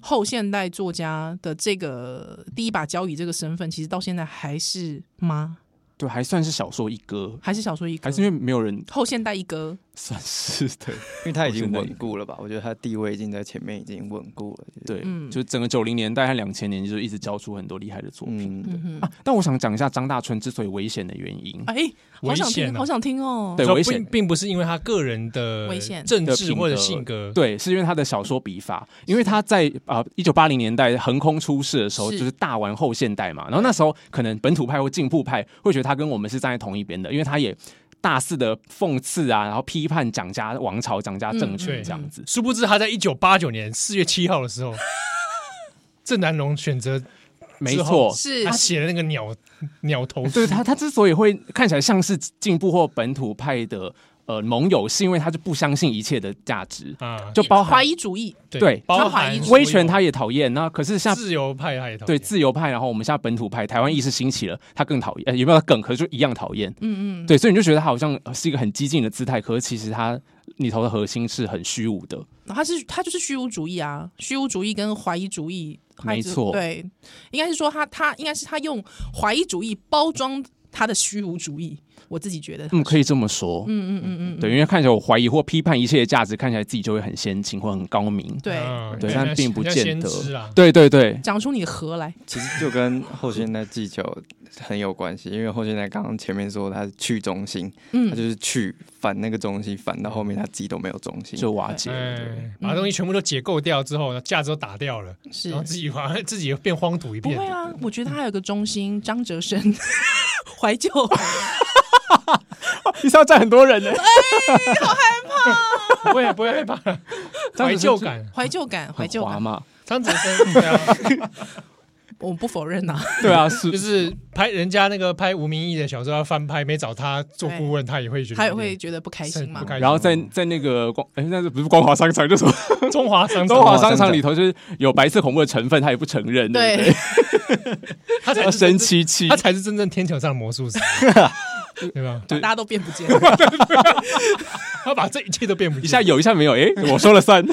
[SPEAKER 1] 后现代作家的这个第一把交椅这个身份，其实到现在还是吗？
[SPEAKER 3] 对，还算是小说一哥，
[SPEAKER 1] 还是小说一哥
[SPEAKER 3] 还？是因为没有人
[SPEAKER 1] 后现代一哥，
[SPEAKER 3] 算是对
[SPEAKER 4] 因为他已
[SPEAKER 3] 后
[SPEAKER 4] 经
[SPEAKER 3] 现代
[SPEAKER 4] 稳固了吧？我觉得他地位已经在前面已经稳固了，
[SPEAKER 3] 对，
[SPEAKER 1] 嗯
[SPEAKER 3] 就整个九零年代和两千年，就是一直教出很多厉害的作品。
[SPEAKER 4] 嗯，
[SPEAKER 1] 嗯哼，
[SPEAKER 3] 啊，但我想讲一下张大春之所以危险的原因，
[SPEAKER 1] 哎，好想
[SPEAKER 2] 危险
[SPEAKER 1] 听，
[SPEAKER 2] 啊
[SPEAKER 1] 好想听哦。
[SPEAKER 3] 对
[SPEAKER 2] 所以
[SPEAKER 3] 危
[SPEAKER 2] 并
[SPEAKER 3] 险
[SPEAKER 2] 并不是因为他个人的
[SPEAKER 1] 危险
[SPEAKER 2] 政
[SPEAKER 3] 的
[SPEAKER 2] 治
[SPEAKER 3] 品
[SPEAKER 2] 或者
[SPEAKER 3] 格
[SPEAKER 2] 性格，
[SPEAKER 3] 对，是因为他的小说笔法，因为他在啊一九八零年代横空出世的时候，
[SPEAKER 1] 是
[SPEAKER 3] 就是大玩后现代嘛。然后那时候可能本土派或进步派会觉得他跟我们是站在同一边的，因为他也大肆的讽刺啊，然后批判蒋家王朝、蒋家政
[SPEAKER 2] 嗯嗯
[SPEAKER 3] 权
[SPEAKER 2] 嗯
[SPEAKER 3] 这样子。
[SPEAKER 2] 殊不知他在一九八九年四月七号的时候，郑南龙选择
[SPEAKER 3] 没
[SPEAKER 2] 之后
[SPEAKER 4] 哦
[SPEAKER 3] 错，
[SPEAKER 1] 是
[SPEAKER 2] 他写的那个鸟鸟头，
[SPEAKER 3] 对他，他之所以会看起来像是进步或本土派的。呃盟友，是因为他就不相信一切的价值，
[SPEAKER 2] 啊，
[SPEAKER 3] 就包含
[SPEAKER 1] 怀疑主义，
[SPEAKER 3] 对
[SPEAKER 2] 包
[SPEAKER 1] 他怀疑
[SPEAKER 2] 含
[SPEAKER 1] 主
[SPEAKER 3] 威权他也讨厌。那可是
[SPEAKER 2] 所有
[SPEAKER 3] 像
[SPEAKER 2] 自由派他也讨厌
[SPEAKER 3] 对自由派，然后我们现在本土派，台湾意识兴起了，他更讨厌，呃，有没有更？可是就一样讨厌。
[SPEAKER 1] 嗯嗯，
[SPEAKER 3] 对，所以你就觉得他好像呃是一个很激进的姿态，可是其实他里头的核心是很虚无的。
[SPEAKER 1] 他是他就是虚无主义啊，虚无主义跟怀疑主义，他
[SPEAKER 3] 没
[SPEAKER 1] 是
[SPEAKER 3] 错
[SPEAKER 1] 对，应该是说他他应该是他用怀疑主义包装他的虚无主义，我自己觉得，
[SPEAKER 3] 嗯，可以这么说。
[SPEAKER 1] 嗯嗯嗯嗯，
[SPEAKER 3] 对，因为看起来我怀疑或批判一切的价值，看起来自己就会很先进或很高明。
[SPEAKER 1] 对，
[SPEAKER 2] 嗯
[SPEAKER 3] 对
[SPEAKER 2] 人
[SPEAKER 3] 但
[SPEAKER 2] 家
[SPEAKER 3] 并不
[SPEAKER 2] 人家
[SPEAKER 3] 见
[SPEAKER 2] 先
[SPEAKER 3] 得
[SPEAKER 2] 知啦
[SPEAKER 3] 对对对，
[SPEAKER 1] 讲出你的核来，
[SPEAKER 4] 其实就跟后现代技巧很有关系，因为后现代刚刚前面说他是去中心，他
[SPEAKER 1] 嗯，
[SPEAKER 4] 就是去反那个中心，反到后面他自己都没有中心。
[SPEAKER 3] 就瓦解。
[SPEAKER 2] 哎，把东西全部都解构掉之后，架子都打掉了，
[SPEAKER 1] 是
[SPEAKER 2] 然后自己好像自己又变荒土一
[SPEAKER 1] 不
[SPEAKER 2] 片
[SPEAKER 1] 会。啊，我觉得他还有个中心，张哲生， *laughs* 怀
[SPEAKER 3] *laughs*
[SPEAKER 1] 旧，
[SPEAKER 3] 你是要站很多人呢？
[SPEAKER 2] 不会不会害怕，怀旧感。
[SPEAKER 1] 怀旧感，怀
[SPEAKER 3] 很
[SPEAKER 1] 旧
[SPEAKER 3] 滑
[SPEAKER 1] 感，
[SPEAKER 3] 嘛？
[SPEAKER 2] 张子生对啊，
[SPEAKER 1] 我不否认呐、啊，
[SPEAKER 3] *laughs* 对啊，
[SPEAKER 2] *laughs*
[SPEAKER 3] 是
[SPEAKER 2] 就。是拍人家那个拍吴明义的小说要翻拍，没找他做顾问，他也会觉得
[SPEAKER 1] 他也会觉得不开
[SPEAKER 2] 是
[SPEAKER 1] 心嘛
[SPEAKER 2] 不，开心
[SPEAKER 3] 然后在在那个光，哎，那是不是光华商场？就是
[SPEAKER 2] 中华商
[SPEAKER 3] *laughs* 光
[SPEAKER 4] 中
[SPEAKER 3] 华
[SPEAKER 4] 华
[SPEAKER 3] 商
[SPEAKER 4] 商
[SPEAKER 3] 场
[SPEAKER 4] 场
[SPEAKER 3] 里头，就是有白色恐怖的成分，他也不承认，对不
[SPEAKER 1] 对
[SPEAKER 3] 对，
[SPEAKER 2] 他
[SPEAKER 3] *laughs*
[SPEAKER 2] 才
[SPEAKER 3] 然后
[SPEAKER 2] 是真
[SPEAKER 3] 生
[SPEAKER 2] 正，
[SPEAKER 3] 气气
[SPEAKER 2] 他。才是真正天桥上的魔术师，对吧？
[SPEAKER 1] 大家都变不见了。
[SPEAKER 3] *laughs*
[SPEAKER 2] 他把这一切都变不见
[SPEAKER 3] 一下有一下没有，哎，我说了算。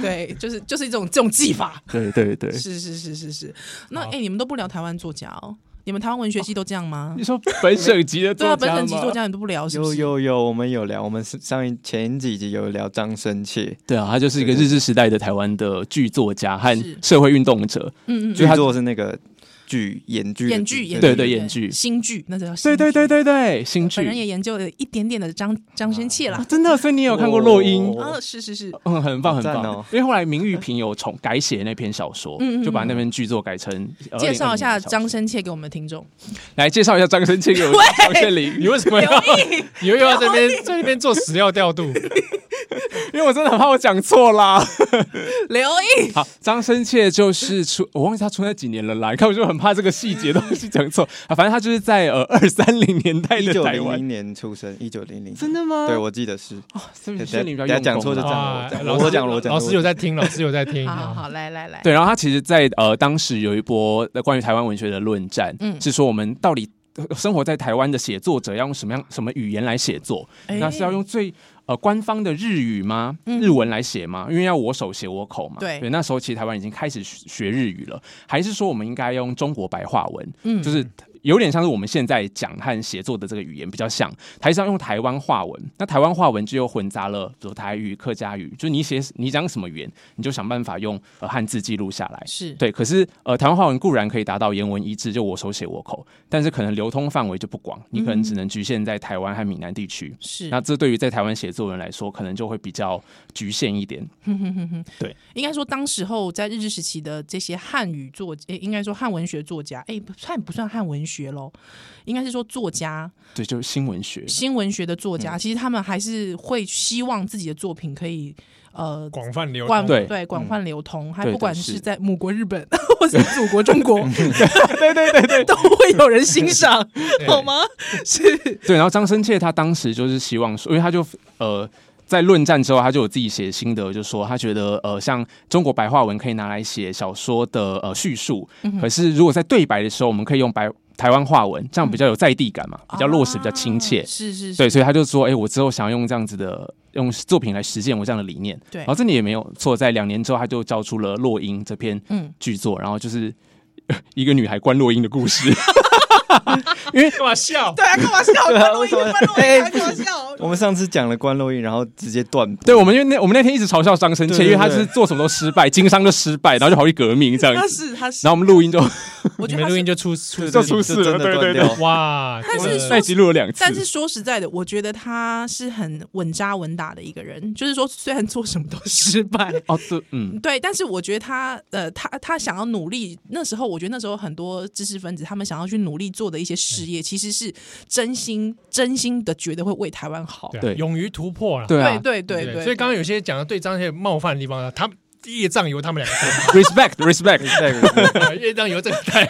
[SPEAKER 1] 对，就是就是一种这种技法。
[SPEAKER 3] *laughs* 对对对，
[SPEAKER 1] 是是是是是。那
[SPEAKER 2] 好
[SPEAKER 1] 哎、你们都不聊台湾作家哦？你们台湾文学系都这样吗
[SPEAKER 3] 你？说本省级的
[SPEAKER 1] 对啊，
[SPEAKER 3] 作
[SPEAKER 1] 本
[SPEAKER 3] 家
[SPEAKER 1] 省级作
[SPEAKER 3] 吗？
[SPEAKER 1] 家你都不聊，是不
[SPEAKER 4] 有
[SPEAKER 1] 是？
[SPEAKER 4] 有有，我们有聊，我们是上一前几集有聊张生切，
[SPEAKER 3] 对啊，他就是一个日治时代的台湾的剧作家和
[SPEAKER 1] 是
[SPEAKER 3] 社会运动者。
[SPEAKER 1] 嗯嗯
[SPEAKER 3] 就
[SPEAKER 4] 剧
[SPEAKER 3] 他
[SPEAKER 4] 作是那个剧演剧的
[SPEAKER 1] 演剧演
[SPEAKER 3] 对
[SPEAKER 1] 剧
[SPEAKER 3] 对演剧
[SPEAKER 1] 新剧，那叫
[SPEAKER 3] 对对
[SPEAKER 1] 新剧。
[SPEAKER 3] 对对对，新
[SPEAKER 1] 本人
[SPEAKER 3] 剧
[SPEAKER 1] 也研究了一点点的张张生切啦
[SPEAKER 3] 啊，。真的，所以你也有看过《落英》
[SPEAKER 4] 哦
[SPEAKER 1] 啊，是是是，
[SPEAKER 3] 嗯，很棒，
[SPEAKER 4] 好
[SPEAKER 3] 很
[SPEAKER 4] 赞
[SPEAKER 3] 棒。
[SPEAKER 4] 哦
[SPEAKER 3] 因为后来明玉平有重改写那篇小说，
[SPEAKER 1] 嗯嗯嗯
[SPEAKER 3] 就把那篇剧作改成。呃
[SPEAKER 1] 介绍一下
[SPEAKER 3] 2020年的小说
[SPEAKER 1] 张生切给我们的听众。 *laughs*
[SPEAKER 3] 来介绍一下张生清给我们张胜林，
[SPEAKER 2] 你为什么要你又要在那边在那边做史料调度？
[SPEAKER 3] 因为我真的很怕我讲错啦。
[SPEAKER 1] 刘毅，
[SPEAKER 3] 好，张生切就是出，我忘记他出那几年了啦。你看，我就很怕这个细节东西讲错。啊，反正他就是在呃二三零年代
[SPEAKER 4] 一
[SPEAKER 3] 的
[SPEAKER 4] 九
[SPEAKER 3] 台
[SPEAKER 4] 零
[SPEAKER 3] 湾
[SPEAKER 4] *laughs* 零，年出生，一九零零，
[SPEAKER 3] 真的吗？
[SPEAKER 4] 对我记得
[SPEAKER 1] *laughs*
[SPEAKER 4] 是。
[SPEAKER 3] 所以胜林比较
[SPEAKER 4] 等下
[SPEAKER 3] 用
[SPEAKER 4] 讲
[SPEAKER 3] 功
[SPEAKER 4] 错就
[SPEAKER 3] 啦
[SPEAKER 4] 这样
[SPEAKER 2] 啊
[SPEAKER 4] 我讲
[SPEAKER 2] 老
[SPEAKER 4] 我
[SPEAKER 2] 师
[SPEAKER 4] 讲我讲
[SPEAKER 2] 老
[SPEAKER 4] 我
[SPEAKER 2] 师
[SPEAKER 4] 讲
[SPEAKER 2] 有在听，老师有在听。
[SPEAKER 1] 好好好，
[SPEAKER 2] 啊
[SPEAKER 1] 来来来，
[SPEAKER 3] 嗯对，然后他其实在，呃当时有一波呃关于台湾文学的论战，
[SPEAKER 1] 嗯
[SPEAKER 3] 是说我们到底呃生活在台湾的写作者要用什么样什么语言来写作？
[SPEAKER 1] 哎
[SPEAKER 3] 那是要用最呃官方的日语吗？
[SPEAKER 1] 嗯
[SPEAKER 3] 日文来写吗？因为要我手写我口嘛。
[SPEAKER 1] 对
[SPEAKER 3] 那时候其实台湾已经开始学学日语了，还是说我们应该用中国白话文？
[SPEAKER 1] 嗯
[SPEAKER 3] 就是有点像是我们现在讲和写作的这个语言比较像，台上用台湾话文，那台湾话文就又混杂了，比如台语、客家语，就是你写你讲什么语言，你就想办法用呃汉字记录下来。
[SPEAKER 1] 是
[SPEAKER 3] 对，可是呃，台湾话文固然可以达到言文一致，就我手写我口，但是可能流通范围就不广，你可能只能局限在台湾和闽南地区。
[SPEAKER 1] 是
[SPEAKER 3] 那这对于在台湾写作人来说，可能就会比较局限一点。
[SPEAKER 1] 应该说，当时候在日治时期的这些汉语作，诶应该说汉文学作家，哎，不算不算汉文学喽，应该是说作家，
[SPEAKER 3] 对，就是新文学，
[SPEAKER 1] 新文学的作家，
[SPEAKER 3] 嗯
[SPEAKER 1] 其实他们还是会希望自己的作品可以呃
[SPEAKER 2] 广泛流
[SPEAKER 1] 广
[SPEAKER 2] 通。
[SPEAKER 3] 对
[SPEAKER 1] 对广泛流通，还
[SPEAKER 3] 对
[SPEAKER 1] 不管
[SPEAKER 3] 对
[SPEAKER 1] 是
[SPEAKER 3] 是
[SPEAKER 1] 在母国日本 *laughs* 或是祖国中国，对对对 *laughs* 对，都会有人欣赏，好吗？是
[SPEAKER 3] 对，然后张生切他当时就是希望说，因为他就呃。在论战之后，他就有自己写心得，就说他觉得，呃，像中国白话文可以拿来写小说的呃叙述，
[SPEAKER 1] 嗯
[SPEAKER 3] 可是如果在对白的时候，我们可以用白台湾话文，这样比较有在地感嘛，比较落实，比较亲切
[SPEAKER 1] 啊。嗯是是是，
[SPEAKER 3] 对，所以他就说，哎、我之后想要用这样子的用作品来实践我这样的理念。
[SPEAKER 1] 对
[SPEAKER 3] 然后这里也没有错，在两年之后，他就交出了《落英》这篇 *laughs*
[SPEAKER 1] 嗯，
[SPEAKER 3] 剧作，然后就是呃一个女孩关落英的故事。
[SPEAKER 2] 干嘛笑？
[SPEAKER 1] 对啊，干嘛笑？
[SPEAKER 4] 对啊
[SPEAKER 1] 关录音，
[SPEAKER 4] 为什么
[SPEAKER 1] 关录音，还干嘛笑？
[SPEAKER 4] 我们上次讲了关洛英，然后直接断播。
[SPEAKER 3] 对，我们因为那我们那天一直嘲笑张生切，
[SPEAKER 4] 对
[SPEAKER 3] 因
[SPEAKER 4] 对
[SPEAKER 3] 为他
[SPEAKER 4] 对
[SPEAKER 3] 是做什么都失败，经商都失败，然后就跑去革命这样
[SPEAKER 1] 他
[SPEAKER 3] 子。
[SPEAKER 1] 是他是，
[SPEAKER 3] 然后我们录音就
[SPEAKER 1] 我
[SPEAKER 2] 你
[SPEAKER 1] 觉得
[SPEAKER 2] 们
[SPEAKER 1] 他
[SPEAKER 2] 录音
[SPEAKER 1] 是。
[SPEAKER 2] 就出出
[SPEAKER 3] 就出事了
[SPEAKER 4] 真的
[SPEAKER 3] 对对对
[SPEAKER 4] 断掉。
[SPEAKER 3] *laughs*
[SPEAKER 2] 哇！
[SPEAKER 1] 但是
[SPEAKER 2] 这个
[SPEAKER 1] 说
[SPEAKER 3] 那呃集录了两次，
[SPEAKER 1] 但是说实在的，我觉得他是很稳扎稳打的一个人，就是说虽然做什么都失败，
[SPEAKER 3] 哦，对，嗯，
[SPEAKER 1] 对，但是我觉得他呃，他他想要努力，那时候我觉得那时候很多知识分子他们想要去努力做的一些事业，其实是真心真心的觉得会为台湾好。
[SPEAKER 2] 对啊
[SPEAKER 3] 对
[SPEAKER 2] 勇于突破了。
[SPEAKER 3] 对啊，
[SPEAKER 1] 对对
[SPEAKER 2] 对
[SPEAKER 1] 对，
[SPEAKER 2] 所以刚刚有些讲的对张学友冒犯的地方，他业障由他们两个
[SPEAKER 3] respect
[SPEAKER 1] *laughs*
[SPEAKER 3] respect，
[SPEAKER 4] 对
[SPEAKER 2] 担，业障由这个担。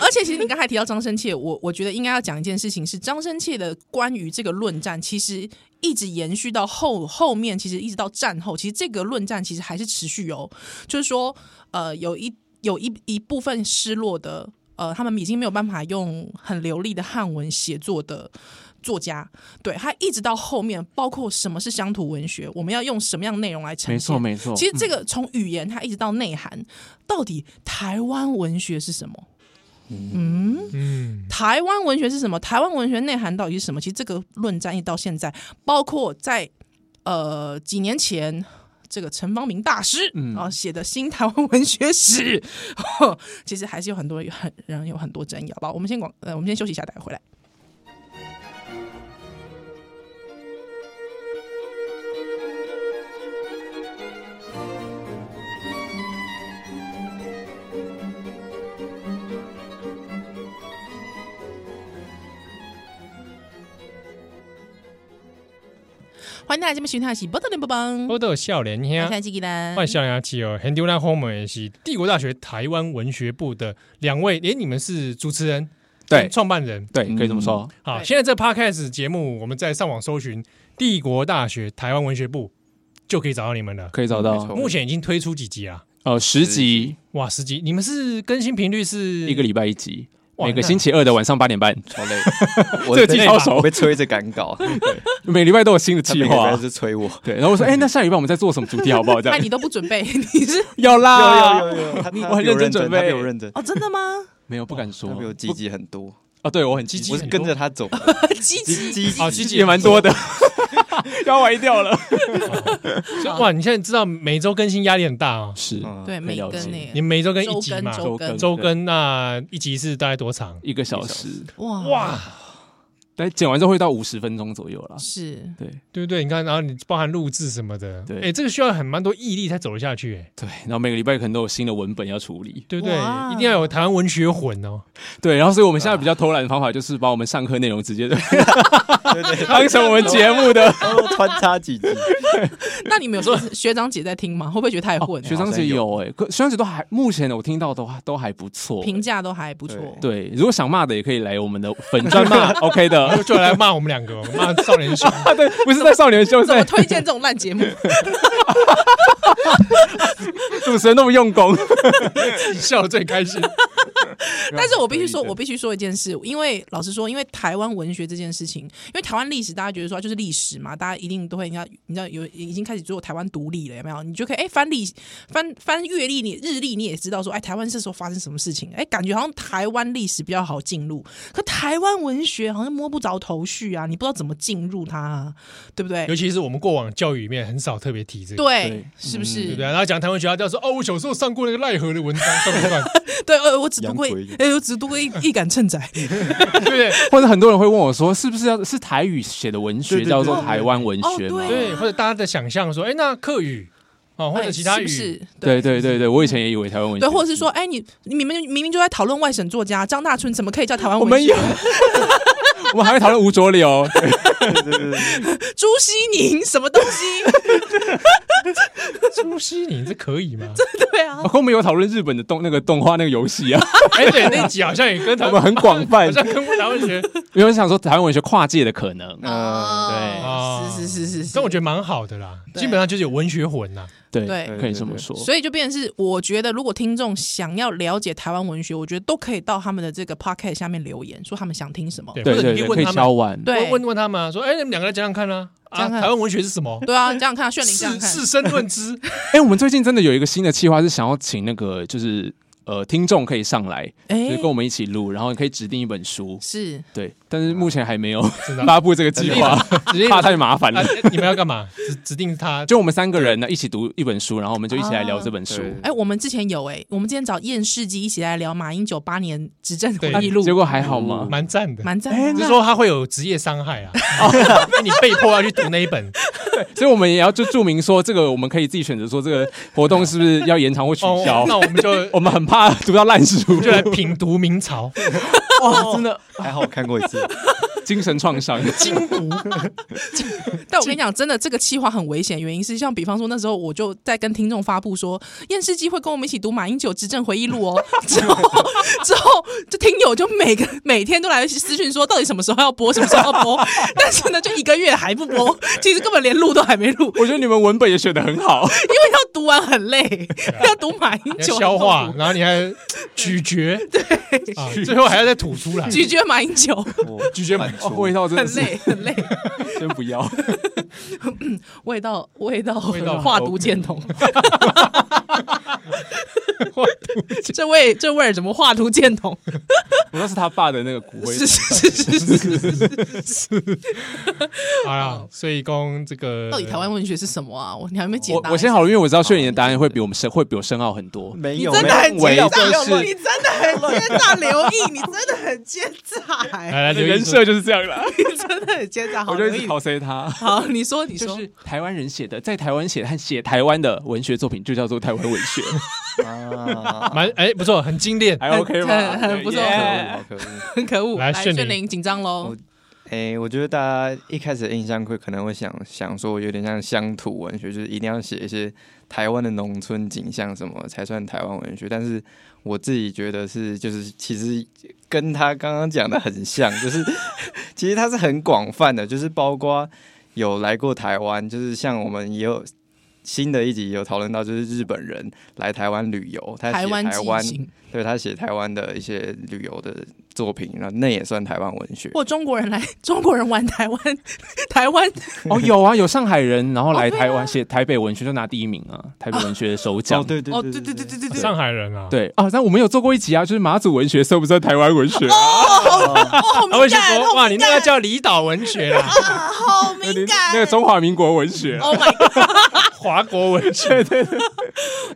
[SPEAKER 1] 而且其实你刚才提到张生切，我我觉得应该要讲一件事情是张生切的关于这个论战，其实一直延续到后后面，其实一直到战后，其实这个论战其实还是持续哦，就是说呃有一有一一部分失落的呃，他们已经没有办法用很流利的汉文写作的。作家，对他一直到后面，包括什么是乡土文学，我们要用什么样的内容来呈现？
[SPEAKER 3] 没错没错。
[SPEAKER 1] 其实这个从语言它一直到内涵，到底台湾文学是什么？嗯，
[SPEAKER 2] 嗯，
[SPEAKER 1] 台湾文学是什么？台湾文学内涵到底是什么？其实这个论战一直到现在，包括在呃几年前，这个陈方明大师啊写的《新台湾文学史》 *laughs* 其实还是有很多很人有很多争议，好吧？我们先广呃，我们先休息一下，待会回来。欢迎大家这边寻探喜波特林波邦，
[SPEAKER 2] 我都有笑脸
[SPEAKER 1] 我 *laughs*
[SPEAKER 2] 呀。
[SPEAKER 1] 是纪兰，
[SPEAKER 2] 万象牙企哦，很丢那后面是帝国大学台湾文学部的两位，诶，你们是主持人
[SPEAKER 3] 对
[SPEAKER 2] 创办人。
[SPEAKER 3] 对，可以这么说。
[SPEAKER 2] 好，
[SPEAKER 1] 对
[SPEAKER 2] 现在这 podcast 节目，我们在上网搜寻帝国大学台湾文学部，就可以找到你们了。
[SPEAKER 3] 可以找
[SPEAKER 4] 没
[SPEAKER 3] 到
[SPEAKER 4] 错
[SPEAKER 2] 目前已经推出几集啊？
[SPEAKER 3] 呃十集，
[SPEAKER 2] 哇，十集！你们是更新频率是
[SPEAKER 3] 一个礼拜一集，
[SPEAKER 2] 哇
[SPEAKER 3] 每个
[SPEAKER 2] 那
[SPEAKER 3] 星期二的晚上八点半， *laughs*
[SPEAKER 4] 超累，我
[SPEAKER 3] 这个技巧手
[SPEAKER 4] 我被催着赶
[SPEAKER 3] *laughs*
[SPEAKER 4] 稿，
[SPEAKER 3] 每礼拜都有新的
[SPEAKER 4] 他
[SPEAKER 3] 计
[SPEAKER 4] 每个
[SPEAKER 3] 划
[SPEAKER 4] 在。是催我，
[SPEAKER 3] 对，然后我说，哎，那下礼拜我们再做什么主题好不好？这
[SPEAKER 1] 那
[SPEAKER 3] 样
[SPEAKER 1] 你都不准备， *laughs* 你是
[SPEAKER 3] *laughs* 要啦，
[SPEAKER 4] *laughs* 有有有有，他
[SPEAKER 3] 我很啊认真准备
[SPEAKER 4] 他比我认真，
[SPEAKER 1] 哦，真的吗？
[SPEAKER 3] 没有不敢说
[SPEAKER 4] 他比我积极很多，
[SPEAKER 3] 哦，对我很哦积极
[SPEAKER 2] 积
[SPEAKER 4] 我
[SPEAKER 2] 极
[SPEAKER 4] 是
[SPEAKER 2] 很
[SPEAKER 4] 跟
[SPEAKER 2] 多
[SPEAKER 4] 着
[SPEAKER 3] *laughs*
[SPEAKER 4] 他走的，
[SPEAKER 1] 积
[SPEAKER 4] 积
[SPEAKER 1] 极
[SPEAKER 4] 积极
[SPEAKER 2] 好积极
[SPEAKER 3] 也蛮多的， *laughs* 要歪掉了。
[SPEAKER 2] 所以哇！你现在知道每周更新压力很大啊、
[SPEAKER 3] 是
[SPEAKER 4] 嗯
[SPEAKER 1] 对
[SPEAKER 3] 可以
[SPEAKER 1] 每
[SPEAKER 3] 了
[SPEAKER 1] 根
[SPEAKER 3] 解
[SPEAKER 1] 呢
[SPEAKER 2] 你，每周更一
[SPEAKER 1] 周
[SPEAKER 2] 集
[SPEAKER 1] 更
[SPEAKER 2] 嘛，
[SPEAKER 1] 周
[SPEAKER 3] 周
[SPEAKER 1] 更
[SPEAKER 3] 更
[SPEAKER 2] 周更那一集是大概多长？
[SPEAKER 3] 一个小时，
[SPEAKER 1] 哇
[SPEAKER 2] 哇，
[SPEAKER 3] 但剪完之后会到五十分钟左右啦。
[SPEAKER 1] 是
[SPEAKER 3] 对
[SPEAKER 2] 对不对？你看，然后你包含录制什么的，
[SPEAKER 3] 对
[SPEAKER 2] 哎，这个需要很蛮多毅力才走得下去、哎，
[SPEAKER 3] 对，然后每个礼拜可能都有新的文本要处理。
[SPEAKER 2] 对不对？
[SPEAKER 1] 哇
[SPEAKER 2] 一定要有台湾文学魂哦， *laughs*
[SPEAKER 3] 对，然后所以我们现在比较偷懒的方法就是把我们上课内容直接
[SPEAKER 4] 对对， *laughs* 对
[SPEAKER 3] 当成我们节
[SPEAKER 1] *laughs*
[SPEAKER 3] 目的。
[SPEAKER 4] 然后穿插几
[SPEAKER 3] *laughs*
[SPEAKER 4] 集，
[SPEAKER 1] 那你们有说学长姐在听吗？会不会觉得太混啊了？
[SPEAKER 3] 哦学长姐有哎，可学长姐都还目前我听到的话都还不错。
[SPEAKER 1] 评价都还不错。
[SPEAKER 3] 对，如果想骂的也可以来我们的粉
[SPEAKER 1] *laughs*
[SPEAKER 3] 专骂，OK 的。
[SPEAKER 2] 就来骂我们两个哦， *laughs* 骂少年兄。
[SPEAKER 3] 啊，对，不是在少年秀，
[SPEAKER 1] 怎么
[SPEAKER 3] 在
[SPEAKER 1] 推荐这种烂节目？
[SPEAKER 3] 主持人那么用
[SPEAKER 4] *laughs*
[SPEAKER 3] 功。
[SPEAKER 2] 你笑的最开心。
[SPEAKER 1] 但是我必须说，
[SPEAKER 4] 可以的
[SPEAKER 1] 我必须说一件事，因为老实说，因为台湾文学这件事情，因为台湾历史，大家觉得说就是历史嘛，大家一定都会，你知道，你知道有已经开始做台湾独立了，有没有？你就可以哎、翻历翻翻阅历，你日历你也知道说，哎，台湾这时候发生什么事情？哎，感觉好像台湾历史比较好进入，可台湾文学好像摸不着头绪啊，你不知道怎么进入它、啊，对不对
[SPEAKER 2] 尤？其是我们过往教育里面很少特别提这个，
[SPEAKER 1] 对
[SPEAKER 3] 对，
[SPEAKER 1] 是不是？
[SPEAKER 2] 对不对？然后讲台湾学校，就说哦，我小时候上过那个奈何的文章，算不算？
[SPEAKER 1] *laughs* 对，呃，我只读
[SPEAKER 4] 洋
[SPEAKER 1] 过，
[SPEAKER 4] 鬼
[SPEAKER 1] 一，哎，我只读过一一杆
[SPEAKER 2] *laughs*
[SPEAKER 1] 秤仔，
[SPEAKER 2] 对不对？
[SPEAKER 3] 或者很多人会问我说，是不是要是台语写的文
[SPEAKER 4] 对
[SPEAKER 3] 学
[SPEAKER 4] 对对
[SPEAKER 3] 叫做台湾文
[SPEAKER 1] 哦
[SPEAKER 3] 学
[SPEAKER 1] 对
[SPEAKER 3] 嘛？
[SPEAKER 2] 对，或者大家的想象说，哎，那客语哦，或者
[SPEAKER 1] 哎
[SPEAKER 2] 其他
[SPEAKER 1] 是
[SPEAKER 2] 语，
[SPEAKER 1] 不是？
[SPEAKER 3] 对对对对，我以前也以为台湾文学，
[SPEAKER 1] 对，或者是说，哎，你你明明明明就在讨论外省作家张大春，怎么可以叫台湾
[SPEAKER 3] 我
[SPEAKER 1] 文
[SPEAKER 3] 们
[SPEAKER 1] 学？
[SPEAKER 3] 有， *laughs* 我们还会讨论吴浊流，
[SPEAKER 4] 对对对，对
[SPEAKER 1] 朱熹宁什么东西？ *laughs*
[SPEAKER 2] 朱熹宁这可
[SPEAKER 1] *laughs*
[SPEAKER 2] 以吗？
[SPEAKER 1] 对啊，
[SPEAKER 3] 我们有讨论日本的动那个动画那个游戏啊，
[SPEAKER 2] 哎，对，那一集好像也跟台
[SPEAKER 3] 我
[SPEAKER 2] 湾
[SPEAKER 3] 们很广泛
[SPEAKER 2] 好，像
[SPEAKER 3] 哎
[SPEAKER 2] 跟台湾学，
[SPEAKER 3] 因为我想说台湾文学跨界的可能，
[SPEAKER 1] 哦
[SPEAKER 2] 对
[SPEAKER 1] 是是是是是
[SPEAKER 2] 但我，觉得蛮好的啦，
[SPEAKER 1] 对
[SPEAKER 2] 基本上就是有文学魂呐。
[SPEAKER 3] 对，
[SPEAKER 1] 对
[SPEAKER 3] 可以这么说。
[SPEAKER 1] 所以就变成是，我觉得如果听众想要了解台湾文学，我觉得都可以到他们的这个 podcast 下面留言，说他们想听什么。
[SPEAKER 2] 对，
[SPEAKER 3] 对
[SPEAKER 2] 或者
[SPEAKER 3] 对
[SPEAKER 2] 你可以
[SPEAKER 3] 对，可
[SPEAKER 2] 问
[SPEAKER 3] 以
[SPEAKER 2] 他
[SPEAKER 3] 敲
[SPEAKER 2] 们，
[SPEAKER 3] 碗，
[SPEAKER 1] 对
[SPEAKER 2] 问问问他们啊说，哎，你们两个来讲讲看啊，啊，
[SPEAKER 1] 讲看
[SPEAKER 2] 台湾文学是什么？
[SPEAKER 1] 对啊，这样看，炫灵这样
[SPEAKER 2] 是
[SPEAKER 1] 看，
[SPEAKER 2] 是生论之，
[SPEAKER 3] 哎，我们最近真的有一个新的计划，是想要请那个就是呃听众可以上来，就
[SPEAKER 1] 哎
[SPEAKER 3] 是跟我们一起录，然后可以指定一本书，
[SPEAKER 1] 是
[SPEAKER 3] 对，但
[SPEAKER 1] 啊
[SPEAKER 3] 是目前还没有
[SPEAKER 2] 真的啊
[SPEAKER 3] 发布这个计划，
[SPEAKER 2] 指定
[SPEAKER 3] 怕太麻烦 *laughs*
[SPEAKER 2] 啊
[SPEAKER 3] 了。
[SPEAKER 2] 你们要干嘛？指指定他
[SPEAKER 3] 就我们三个人呢，一起读一本书，然后我们就一起来聊这本书。
[SPEAKER 4] 对
[SPEAKER 1] 哎、我们之前有哎、我们之前找验世基一起来聊马英九八年执政
[SPEAKER 2] 对哎
[SPEAKER 1] 回忆录，
[SPEAKER 3] 结果还好吗？
[SPEAKER 2] 蛮赞的，
[SPEAKER 1] 蛮赞
[SPEAKER 2] 只
[SPEAKER 1] 的
[SPEAKER 2] 是
[SPEAKER 1] 啊。
[SPEAKER 2] 说他会有职业伤
[SPEAKER 3] *laughs*
[SPEAKER 2] 害啊，
[SPEAKER 3] 哦
[SPEAKER 2] 因为你被迫要去读那一本。
[SPEAKER 3] 所以我们也要就注明说，这个我们可以自己选择说，这个活动是不是要延长或取
[SPEAKER 2] 哦
[SPEAKER 3] 消，？
[SPEAKER 2] 那我们
[SPEAKER 3] *laughs*
[SPEAKER 2] 就
[SPEAKER 3] 我们很怕读到烂
[SPEAKER 1] *laughs*
[SPEAKER 3] 书，
[SPEAKER 2] 就来品读明朝。
[SPEAKER 3] 哦哇，真的
[SPEAKER 4] 还好我看过一次，
[SPEAKER 3] 精神创伤，
[SPEAKER 2] 筋骨
[SPEAKER 1] 但我跟你讲，真的这个计划很危险，原因是像比方说那时候我就在跟听众发布说，验尸机会跟我们一起读马英九执政回忆录
[SPEAKER 2] *laughs*
[SPEAKER 1] 哦。之后之后，就听友就每个每天都来私讯说，到底什么时候要播，什么时候要播。 *laughs* 但是呢，就一个月还不播，其实根本连录都还没录，
[SPEAKER 3] 我觉得你们文本也选的很好，
[SPEAKER 1] 因为要读完很
[SPEAKER 2] *laughs*
[SPEAKER 1] 累，要读马英
[SPEAKER 2] 你
[SPEAKER 1] 九
[SPEAKER 2] 要消化
[SPEAKER 1] 很，痛
[SPEAKER 2] 然后你还
[SPEAKER 1] *laughs*
[SPEAKER 2] 咀嚼，对啊，最后还要再吐出来
[SPEAKER 1] 苦，。 *laughs* 咀嚼马英
[SPEAKER 2] *laughs*
[SPEAKER 1] 九
[SPEAKER 4] 拒绝满
[SPEAKER 3] 哦味道真的
[SPEAKER 1] 很
[SPEAKER 3] 是
[SPEAKER 1] 累很累，
[SPEAKER 3] 先不要。
[SPEAKER 1] 味道味道
[SPEAKER 2] 味道很
[SPEAKER 1] 化毒箭筒。这位这味儿怎么画毒箭筒？
[SPEAKER 3] 我那是他爸的那个骨灰，
[SPEAKER 1] 是是是是是是。
[SPEAKER 2] 好啦，所以讲这个
[SPEAKER 1] 到底台湾文学是什么啊？我你还没解
[SPEAKER 3] 我
[SPEAKER 1] 答。
[SPEAKER 3] 我先好了，因为我知道炫你的答案会比我们深，会比我深奥很多。
[SPEAKER 4] 没
[SPEAKER 1] 你
[SPEAKER 4] 有，
[SPEAKER 1] 真的很
[SPEAKER 4] 没
[SPEAKER 1] 奸
[SPEAKER 4] 有
[SPEAKER 1] 诈，
[SPEAKER 4] 就
[SPEAKER 1] 你
[SPEAKER 4] 是
[SPEAKER 1] 真的很奸诈，刘毅，你真的很奸诈、哎，
[SPEAKER 2] 来来留
[SPEAKER 3] 人设就是这样啦，
[SPEAKER 1] 你真的很奸诈。好，
[SPEAKER 3] *laughs* 我就
[SPEAKER 1] 刘
[SPEAKER 3] 一直
[SPEAKER 1] 毅，
[SPEAKER 3] 考 C 他。
[SPEAKER 1] 好，你说，你说，
[SPEAKER 3] 就是台湾人写的，在台湾写的和写台湾的文学作品，就叫做台湾文学，
[SPEAKER 4] 啊，
[SPEAKER 2] 蛮哎不错，很精炼。
[SPEAKER 3] *laughs* 还
[SPEAKER 1] 很
[SPEAKER 3] OK 吗？ *laughs*
[SPEAKER 1] 很很不错
[SPEAKER 4] 可恶
[SPEAKER 3] Yeah
[SPEAKER 4] 好可恶。
[SPEAKER 1] 很可恶。
[SPEAKER 2] 来
[SPEAKER 1] 来，
[SPEAKER 2] 炫
[SPEAKER 1] 炫
[SPEAKER 2] 灵
[SPEAKER 1] 灵紧张喽
[SPEAKER 4] 我。哎、我觉得大家一开始的印象会可能会想想说，有点像乡土文学，就是一定要写一些台湾的农村景象什么才算台湾文学。但是我自己觉得是，就是其实跟他刚刚讲的很像，就是其实它是很广泛的，就是包括有来过台湾，就是像我们也有。新的一集有讨论到，就是日本人来台湾旅游，他写
[SPEAKER 1] 台湾
[SPEAKER 4] 台
[SPEAKER 1] 记
[SPEAKER 4] 湾，
[SPEAKER 1] 性，
[SPEAKER 4] 对他写台湾的一些旅游的作品，然后那也算台湾文学。
[SPEAKER 1] 或中国人来，中国人玩台湾，台湾
[SPEAKER 3] 哦，有啊，有上海人，然后来
[SPEAKER 1] 哦对啊
[SPEAKER 3] 台湾写台北文学就拿第一名啊，台北文学首奖。
[SPEAKER 4] 哦，对对
[SPEAKER 1] 哦，对对对对对对，
[SPEAKER 2] 上海人啊，，
[SPEAKER 3] 对啊，那我们有做过一集啊，就是马祖文学算不算台湾文学
[SPEAKER 1] 哦
[SPEAKER 3] 啊？
[SPEAKER 1] 好
[SPEAKER 2] 他会
[SPEAKER 1] 敏
[SPEAKER 2] 去
[SPEAKER 1] 感，
[SPEAKER 2] 说哇，
[SPEAKER 1] 好
[SPEAKER 2] 你
[SPEAKER 1] 敏
[SPEAKER 2] 那个
[SPEAKER 1] 感，
[SPEAKER 2] 叫离岛文学啊
[SPEAKER 1] *laughs*
[SPEAKER 2] 啦，
[SPEAKER 1] 好
[SPEAKER 3] 那
[SPEAKER 1] 敏感。
[SPEAKER 3] 那个中华民国文学，啊
[SPEAKER 1] Oh my god！
[SPEAKER 2] 华国文学，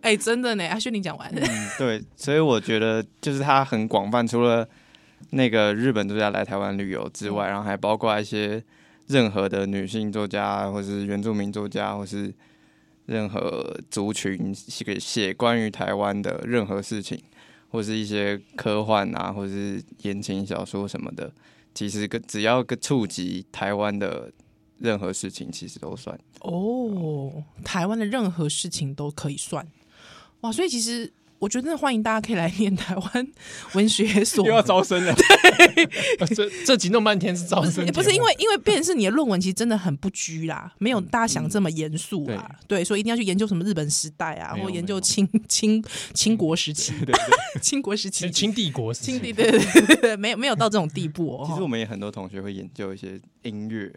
[SPEAKER 1] 哎，真的呢，阿炫灵讲完，
[SPEAKER 4] 嗯，对，所以我觉得就是它很广泛，除了那个日本作家来台湾旅游之
[SPEAKER 1] 嗯
[SPEAKER 4] 外，然后还包括一些任何的女性作家，啊或是原住民作家，啊或是任何族群写写关于台湾的任何事情，或是一些科幻啊，或是言情小说什么的，其实跟只要跟触及台湾的任何事情，其实都算。
[SPEAKER 1] 哦，台湾的任何事情都可以算哇！所以其实我觉得真的欢迎大家可以来念台湾文学所
[SPEAKER 3] 又。要招生了。
[SPEAKER 2] 这这集弄半天是招生节
[SPEAKER 1] 也
[SPEAKER 2] 目，
[SPEAKER 1] 不是因为，因为变成是你的论文其实真的很不拘啦，没有大家想这么严肃啦，对，所以一定要去研究什么日本时代啊，
[SPEAKER 3] 没有
[SPEAKER 1] 或研究清清清国时期，清国时期，
[SPEAKER 2] 清清帝国是不是
[SPEAKER 1] 清帝，对对对对对，没有没有到这种地步哦。
[SPEAKER 4] 其实我
[SPEAKER 1] 哦
[SPEAKER 4] 们也很多同学会研究一些音乐，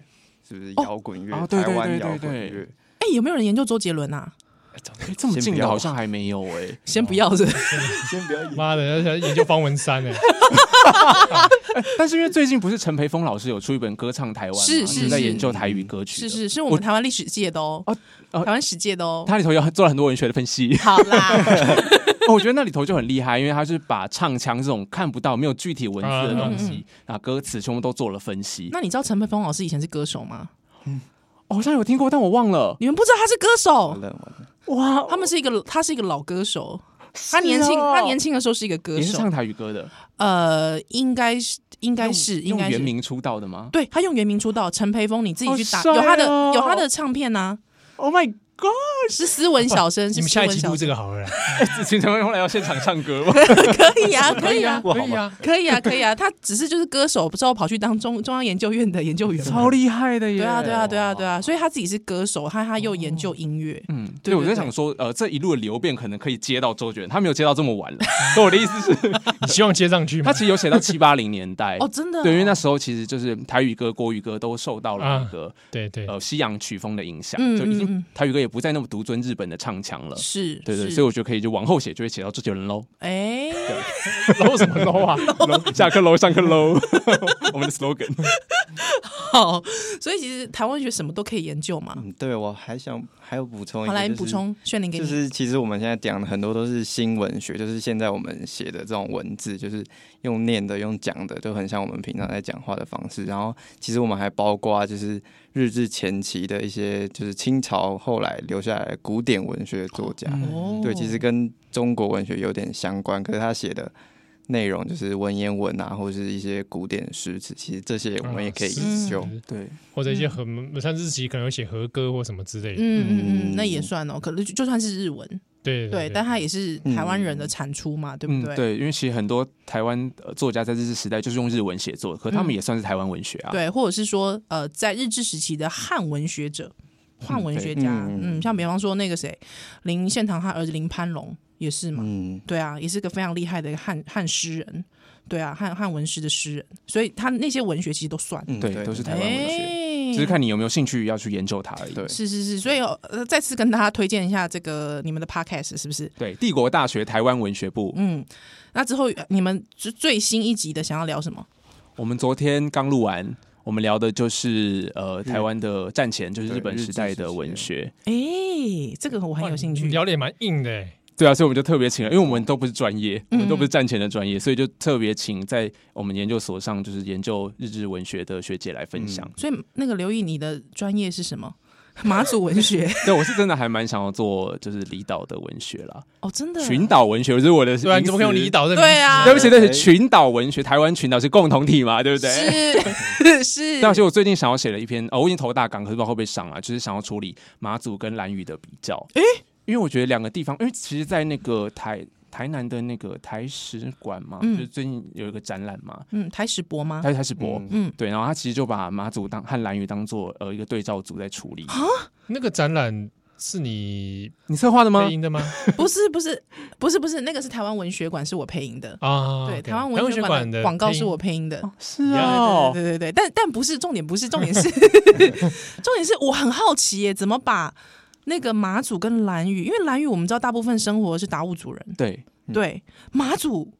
[SPEAKER 4] 是不是
[SPEAKER 1] 哦
[SPEAKER 4] 摇滚乐、
[SPEAKER 3] 哦对
[SPEAKER 4] 台
[SPEAKER 3] 对
[SPEAKER 4] 湾
[SPEAKER 3] 对对
[SPEAKER 4] 摇滚
[SPEAKER 3] 对
[SPEAKER 4] 乐？
[SPEAKER 1] 哎、有没有人研究周杰伦啊？
[SPEAKER 3] 哎这么近
[SPEAKER 4] 先不
[SPEAKER 3] 的
[SPEAKER 4] 要
[SPEAKER 3] 好像还没有哎。
[SPEAKER 1] 先不要是不是
[SPEAKER 4] 先不要
[SPEAKER 2] 妈的，要研究方文
[SPEAKER 1] *laughs*
[SPEAKER 2] 山哎，
[SPEAKER 3] 但是因为最近不是陈培峰老师有出一本歌唱台湾嘛，
[SPEAKER 1] 是
[SPEAKER 3] 就是在
[SPEAKER 1] 是
[SPEAKER 3] 研究台语歌曲
[SPEAKER 1] 是
[SPEAKER 3] 的，
[SPEAKER 1] 是是我们台湾历史界的哦，
[SPEAKER 3] 哦哦
[SPEAKER 1] 台湾史界的哦。
[SPEAKER 3] 它里头有做了很多文学的分析。 *laughs*
[SPEAKER 1] 好 *laughs* 啦，
[SPEAKER 3] 哦，我觉得那里头就很厉害，因为他是把唱腔这种看不到、没有具体文字的东
[SPEAKER 1] 嗯
[SPEAKER 3] 西啊，歌词全部都做了分析。
[SPEAKER 1] 那你知道陈培峰老师以前是歌手吗？
[SPEAKER 3] 哦好像有听过，但我忘了。
[SPEAKER 1] 你们不知道他是歌
[SPEAKER 4] 完
[SPEAKER 1] 手，
[SPEAKER 4] 了完了，
[SPEAKER 3] 哇，
[SPEAKER 1] 他们是一个他是一个老歌手，他
[SPEAKER 3] 是
[SPEAKER 1] 年轻
[SPEAKER 3] 哦
[SPEAKER 1] 他年轻的时候是一个歌
[SPEAKER 3] 也是
[SPEAKER 1] 手
[SPEAKER 3] 唱，台语歌的，
[SPEAKER 1] 呃，应该是应该是应
[SPEAKER 3] 用
[SPEAKER 1] 该是。
[SPEAKER 3] 原名出道的吗
[SPEAKER 1] 对他用原名出道，陈培峰你自己去打，
[SPEAKER 3] 好帅哦
[SPEAKER 1] 有他的有他的唱片呐、
[SPEAKER 3] ？Oh my god！ *laughs*
[SPEAKER 1] 是斯文小生，
[SPEAKER 2] 你
[SPEAKER 1] 是
[SPEAKER 2] 们
[SPEAKER 1] 斯
[SPEAKER 2] 下一
[SPEAKER 1] 文
[SPEAKER 2] 集
[SPEAKER 1] 小
[SPEAKER 2] 录
[SPEAKER 1] 生，
[SPEAKER 2] 这个好了啦，
[SPEAKER 3] 子晴后来要现场唱
[SPEAKER 1] *laughs*
[SPEAKER 3] 歌吗？
[SPEAKER 1] 可以啊，可以啊，
[SPEAKER 4] 哇
[SPEAKER 2] 可以啊，
[SPEAKER 1] 可以啊，可以啊，他只是就是歌手，之后跑去当中中央研究院的研究员嘛，
[SPEAKER 3] 超厉害的耶！
[SPEAKER 1] 对啊，对啊，对啊，对啊，啊所以他自己是歌手，他他又研究音乐，
[SPEAKER 3] 嗯，
[SPEAKER 1] 对
[SPEAKER 3] 对，我
[SPEAKER 1] 对
[SPEAKER 3] 在想说，呃，这一路的流变可能可以接到周杰伦，他没有接到这么晚了。 *laughs* 所以我的意
[SPEAKER 1] *laughs*
[SPEAKER 3] 思是，
[SPEAKER 2] 你希望接上去吗
[SPEAKER 3] 他？其实有写到七八零年代
[SPEAKER 1] 哦，，真的哦、
[SPEAKER 3] 对，因为那时候其实就是台语歌、国语歌都受到了那个
[SPEAKER 2] 对对，
[SPEAKER 4] 哦
[SPEAKER 3] 呃西洋曲风的影响
[SPEAKER 1] 嗯，
[SPEAKER 3] 就已
[SPEAKER 1] 嗯
[SPEAKER 3] 经
[SPEAKER 1] 嗯
[SPEAKER 3] 台语歌也不再那么独尊日本的唱腔了。
[SPEAKER 1] 是，
[SPEAKER 3] 对对，
[SPEAKER 1] 是
[SPEAKER 3] 所以我觉得可以就往后写，就会写到周杰
[SPEAKER 1] *laughs*
[SPEAKER 3] 伦喽。
[SPEAKER 1] 哎、
[SPEAKER 2] 搂什么搂啊？
[SPEAKER 3] 下课喽，上
[SPEAKER 1] *laughs*
[SPEAKER 3] 课喽，我们的 slogan。
[SPEAKER 1] 好，所以其实台湾学什么都可以研究嘛。
[SPEAKER 4] 嗯，对我还想还有补充一
[SPEAKER 1] 好，
[SPEAKER 4] 个，
[SPEAKER 1] 来
[SPEAKER 4] 就
[SPEAKER 1] 你
[SPEAKER 4] 是
[SPEAKER 1] 补，充，炫灵给你。
[SPEAKER 4] 就是其实我们现在讲的很多都是新文学，就是现在我们写的这种文字，就是用念的、用讲的，都很像我们平常在讲话的方式。然后其实我们还包括就是日治前期的一些，就是清朝后来留下来的古典文学作家，
[SPEAKER 3] 嗯
[SPEAKER 1] 哦
[SPEAKER 4] 对，其实跟中国文学有点相关，可是他写的内容，就是文言文啊，或者是一些古典诗词，其实这些 *laughs* 我们也可以
[SPEAKER 1] 嗯
[SPEAKER 4] 研究。
[SPEAKER 3] 对，
[SPEAKER 2] 或者一些很像日期可能有写和歌或什么之类的。
[SPEAKER 1] 嗯嗯嗯，
[SPEAKER 4] 嗯
[SPEAKER 1] 那也算哦，可能就就算是日文，
[SPEAKER 2] 对
[SPEAKER 1] 对，但它也是台湾人的产出嘛，对不
[SPEAKER 3] 嗯
[SPEAKER 1] 对？
[SPEAKER 3] 对，因为其实很多台湾呃作家在日治时代就是用日文写作，可他们也算是台湾文学啊。
[SPEAKER 1] 对，或者是说，呃，在日治时期的汉文学者、汉文学
[SPEAKER 4] 对
[SPEAKER 1] 家，
[SPEAKER 4] 嗯
[SPEAKER 1] 嗯，像比方说那个谁，林献堂他儿子林攀龙也是嘛，
[SPEAKER 4] 嗯，
[SPEAKER 1] 对啊，也是个非常厉害的一个汉汉诗人，对啊，汉汉文诗的诗人，所以他那些文学其实都算，
[SPEAKER 4] 嗯
[SPEAKER 3] 对，都是台湾文学，
[SPEAKER 1] 哎
[SPEAKER 3] 只是看你有没有兴趣要去研究它而已。
[SPEAKER 4] 对
[SPEAKER 1] 是是是，所以呃，再次跟大家推荐一下这个你们的 podcast 是不是？
[SPEAKER 3] 对，帝国大学台湾文学部，
[SPEAKER 1] 嗯，那之后呃你们最最新一集的想要聊什么？
[SPEAKER 3] 我们昨天刚录完，我们聊的就是呃台湾的战前，就是
[SPEAKER 4] 对
[SPEAKER 3] 日本
[SPEAKER 4] 日
[SPEAKER 3] 时代
[SPEAKER 4] 治时
[SPEAKER 3] 的
[SPEAKER 4] 期
[SPEAKER 3] 文
[SPEAKER 4] 的
[SPEAKER 3] 学。
[SPEAKER 1] 哎、这个我很有兴趣。
[SPEAKER 2] 聊的也蛮硬的欸。
[SPEAKER 3] 对啊，所以我们就特别请了，因为我们都不是专业，我们都不是战前的专业，所以就特别请在我们研究所上就是研究日治文学的学姐来分享。
[SPEAKER 1] 所以那个刘毅，你的专业是什么？马祖文学
[SPEAKER 3] *laughs*
[SPEAKER 1] *laughs*
[SPEAKER 3] 对，我是真的还蛮想要做就是离岛的文学啦，
[SPEAKER 1] 哦，真的
[SPEAKER 3] 群岛文学，就是我的。
[SPEAKER 2] 对啊，你怎么可以用离？岛这个名
[SPEAKER 1] 对
[SPEAKER 2] 字
[SPEAKER 1] 啊
[SPEAKER 3] 对不起，对不起，群岛文学，台湾群岛是共同体嘛，对不对？
[SPEAKER 1] 是 *laughs* 是
[SPEAKER 3] 但其实我最近想要写了一篇，哦，我已经投大纲，可是不知道会不会上啊，就是想要处理马祖跟兰屿的比较。诶、因为我觉得两个地方，因为其实，在那个台台南的那个台史馆嘛，
[SPEAKER 1] 嗯
[SPEAKER 3] 就是最近有一个展览嘛，
[SPEAKER 1] 嗯，台史博吗？
[SPEAKER 3] 它台史博。
[SPEAKER 4] 嗯
[SPEAKER 1] 嗯，
[SPEAKER 3] 对，然后他其实就把马祖当和兰屿当做呃一个对照组在处理。
[SPEAKER 1] 啊
[SPEAKER 2] 那个展览是你
[SPEAKER 3] 你策划的吗
[SPEAKER 2] 配？音的吗？
[SPEAKER 1] 不是不是不是不是，那个是台湾文学馆，是我配音的。
[SPEAKER 2] 啊，
[SPEAKER 1] 对，
[SPEAKER 2] OK
[SPEAKER 1] 台湾文学馆
[SPEAKER 2] 馆
[SPEAKER 1] 的
[SPEAKER 2] 的
[SPEAKER 1] 广告
[SPEAKER 2] 配音
[SPEAKER 1] 是我配音的。
[SPEAKER 3] 是
[SPEAKER 1] 对
[SPEAKER 3] 哦，
[SPEAKER 1] 对对对，但但不是重点，不是重点是重点是我很好奇耶，怎么把那个马祖跟兰屿，因为兰屿我们知道大部分生活是达悟族人，
[SPEAKER 3] 对
[SPEAKER 4] 嗯
[SPEAKER 1] 对马祖、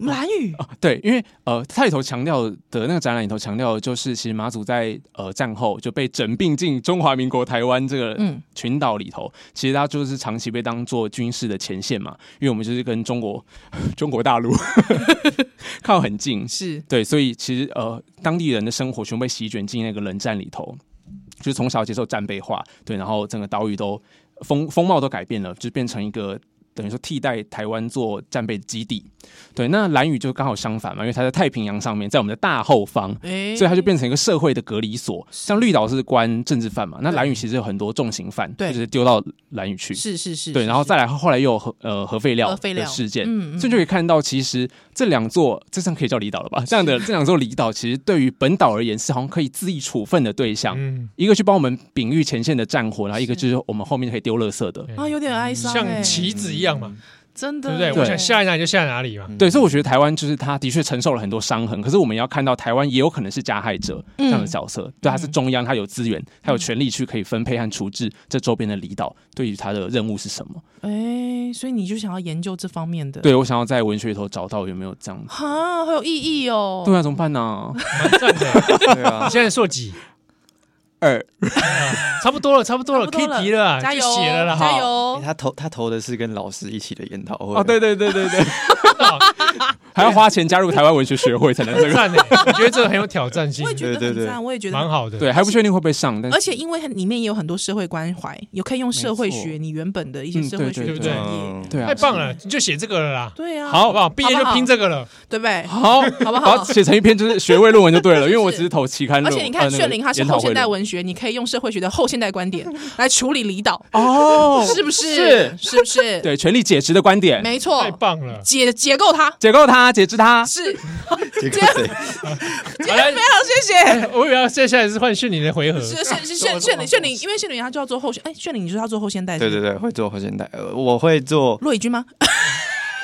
[SPEAKER 1] 兰屿，
[SPEAKER 3] 哦对，因为呃，它里头强调的那个展览里头强调的就是，其实马祖在呃战后就被整并进中华民国台湾这个
[SPEAKER 1] 嗯
[SPEAKER 3] 群岛里头，其实它就是长期被当做军事的前线嘛，因为我们就是跟中国 *laughs* 中国大陆 *laughs* 靠很近，
[SPEAKER 1] 是
[SPEAKER 3] 对，所以其实呃，当地人的生活全部被席卷进那个冷战里头，就是从小接受战备化，对，然后整个岛屿都风风貌都改变了，就变成一个。等于说替代台湾做战备基地，对，那蓝屿就刚好相反嘛，因为它在太平洋上面，在我们的大后方，
[SPEAKER 1] 哎，
[SPEAKER 3] 所以它就变成一个社会的隔离所。像绿岛是关政治犯嘛，那
[SPEAKER 1] 对
[SPEAKER 3] 蓝屿其实有很多重刑犯，
[SPEAKER 1] 对
[SPEAKER 3] 就是丢到蓝屿去。
[SPEAKER 1] 是是是，
[SPEAKER 3] 对，
[SPEAKER 1] 是
[SPEAKER 3] 然后
[SPEAKER 1] 是
[SPEAKER 3] 再来后来又有核呃核废料
[SPEAKER 1] 核废料
[SPEAKER 3] 的事件，
[SPEAKER 1] 嗯嗯
[SPEAKER 3] 所以就可以看到，其实这两座这算可以叫离岛了吧？这样的这两座离岛，其实对于本岛而言是好像可以恣意处分的对象。
[SPEAKER 2] 嗯，
[SPEAKER 3] 一个去帮我们丙育前线的战火，然后一个
[SPEAKER 1] 是
[SPEAKER 3] 就是我们后面可以丢垃圾
[SPEAKER 2] 嗯
[SPEAKER 3] 的。
[SPEAKER 1] 啊，有点哀伤欸，
[SPEAKER 2] 像棋子一样嘛，
[SPEAKER 1] 真的
[SPEAKER 2] 对
[SPEAKER 1] 欸，
[SPEAKER 2] 不对？
[SPEAKER 3] 对
[SPEAKER 2] 我想下哪里就下哪里
[SPEAKER 4] 嗯
[SPEAKER 2] 嘛。
[SPEAKER 3] 对，所以我觉得台湾就是他的确承受了很多伤痕，可是我们也要看到台湾也有可能是加害者这样的角色。对，他是中央，他有资源，他有权利去可以分配和处置这周边的离岛，对于他的任务是什么？
[SPEAKER 1] 哎，所以你就想要研究这方面的，
[SPEAKER 3] 对我想要在文学里头找到有没有这样子。
[SPEAKER 1] 哈，好有意义哦，
[SPEAKER 3] 对啊，怎么办呢？
[SPEAKER 2] 蛮赞的。
[SPEAKER 4] 对啊
[SPEAKER 3] *laughs*
[SPEAKER 2] 你，现在硕几？啊
[SPEAKER 3] 二
[SPEAKER 2] 差不多了，差不多了，
[SPEAKER 1] 差不多
[SPEAKER 2] 可以
[SPEAKER 1] 了
[SPEAKER 2] 提了啊，
[SPEAKER 1] 加
[SPEAKER 2] 就
[SPEAKER 1] 油，
[SPEAKER 2] 写了啦。
[SPEAKER 1] 加
[SPEAKER 4] 欸
[SPEAKER 1] 油，
[SPEAKER 4] 他投他投的是跟老师一起的研讨会
[SPEAKER 3] 哦，对对
[SPEAKER 1] *laughs*
[SPEAKER 3] 对对对，还要花钱加入台湾文学学会才能这
[SPEAKER 2] 很
[SPEAKER 3] 个。
[SPEAKER 2] 赞欸我觉得这个很有挑战性
[SPEAKER 1] 我，也觉得
[SPEAKER 4] 对对
[SPEAKER 1] 很
[SPEAKER 4] 对
[SPEAKER 1] 赞，我也觉得
[SPEAKER 2] 蛮好的。
[SPEAKER 3] 对，啊还不确定会不会上，但是
[SPEAKER 1] 而且因为它里面也有很多社会关怀，有可以用社会学
[SPEAKER 3] 没
[SPEAKER 1] 你原本的一些
[SPEAKER 3] 嗯
[SPEAKER 1] 社会学
[SPEAKER 3] 对
[SPEAKER 1] 的
[SPEAKER 2] 对
[SPEAKER 1] 专业，
[SPEAKER 4] 嗯，
[SPEAKER 3] 对啊，
[SPEAKER 2] 太棒了，你就写这个了啦。
[SPEAKER 1] 对啊，
[SPEAKER 2] 好，好不好？毕业
[SPEAKER 1] 好不
[SPEAKER 2] 就
[SPEAKER 1] 好
[SPEAKER 2] 拼这个了。
[SPEAKER 1] 对不对？
[SPEAKER 3] 好，
[SPEAKER 1] 好不
[SPEAKER 3] 把
[SPEAKER 1] 好
[SPEAKER 3] 它？写成一篇就是学位论文就对了，因为我只是投期刊
[SPEAKER 1] 而
[SPEAKER 3] 论
[SPEAKER 1] 且
[SPEAKER 3] 文。
[SPEAKER 1] 你看，
[SPEAKER 3] 呃那个
[SPEAKER 1] 炫灵它是
[SPEAKER 3] 研讨
[SPEAKER 1] 后
[SPEAKER 3] 会
[SPEAKER 1] 现代
[SPEAKER 3] 论
[SPEAKER 1] 文学，你可以用社会学的后现代观点来处理离岛，
[SPEAKER 3] 哦，
[SPEAKER 1] 是不是？是不是？
[SPEAKER 3] *laughs* 对，权力解职的观点，
[SPEAKER 1] 没
[SPEAKER 2] 太
[SPEAKER 1] 错，
[SPEAKER 2] 棒了！
[SPEAKER 1] 解解构它
[SPEAKER 3] 解构它，解制
[SPEAKER 2] *laughs*
[SPEAKER 3] 它。
[SPEAKER 1] 是。
[SPEAKER 4] 结果谁
[SPEAKER 2] 好哎来，
[SPEAKER 1] 好，谢谢。
[SPEAKER 2] 我以为要接下来是换训你的回合。
[SPEAKER 1] *laughs* 是是
[SPEAKER 2] *laughs*
[SPEAKER 1] 是，炫炫灵炫灵，因为炫灵他就要做后现，哎，炫灵你就是要做后现代，
[SPEAKER 4] *laughs* 对对
[SPEAKER 1] 对，
[SPEAKER 4] 对，会做后现代，呃我会做，
[SPEAKER 1] 骆以军吗？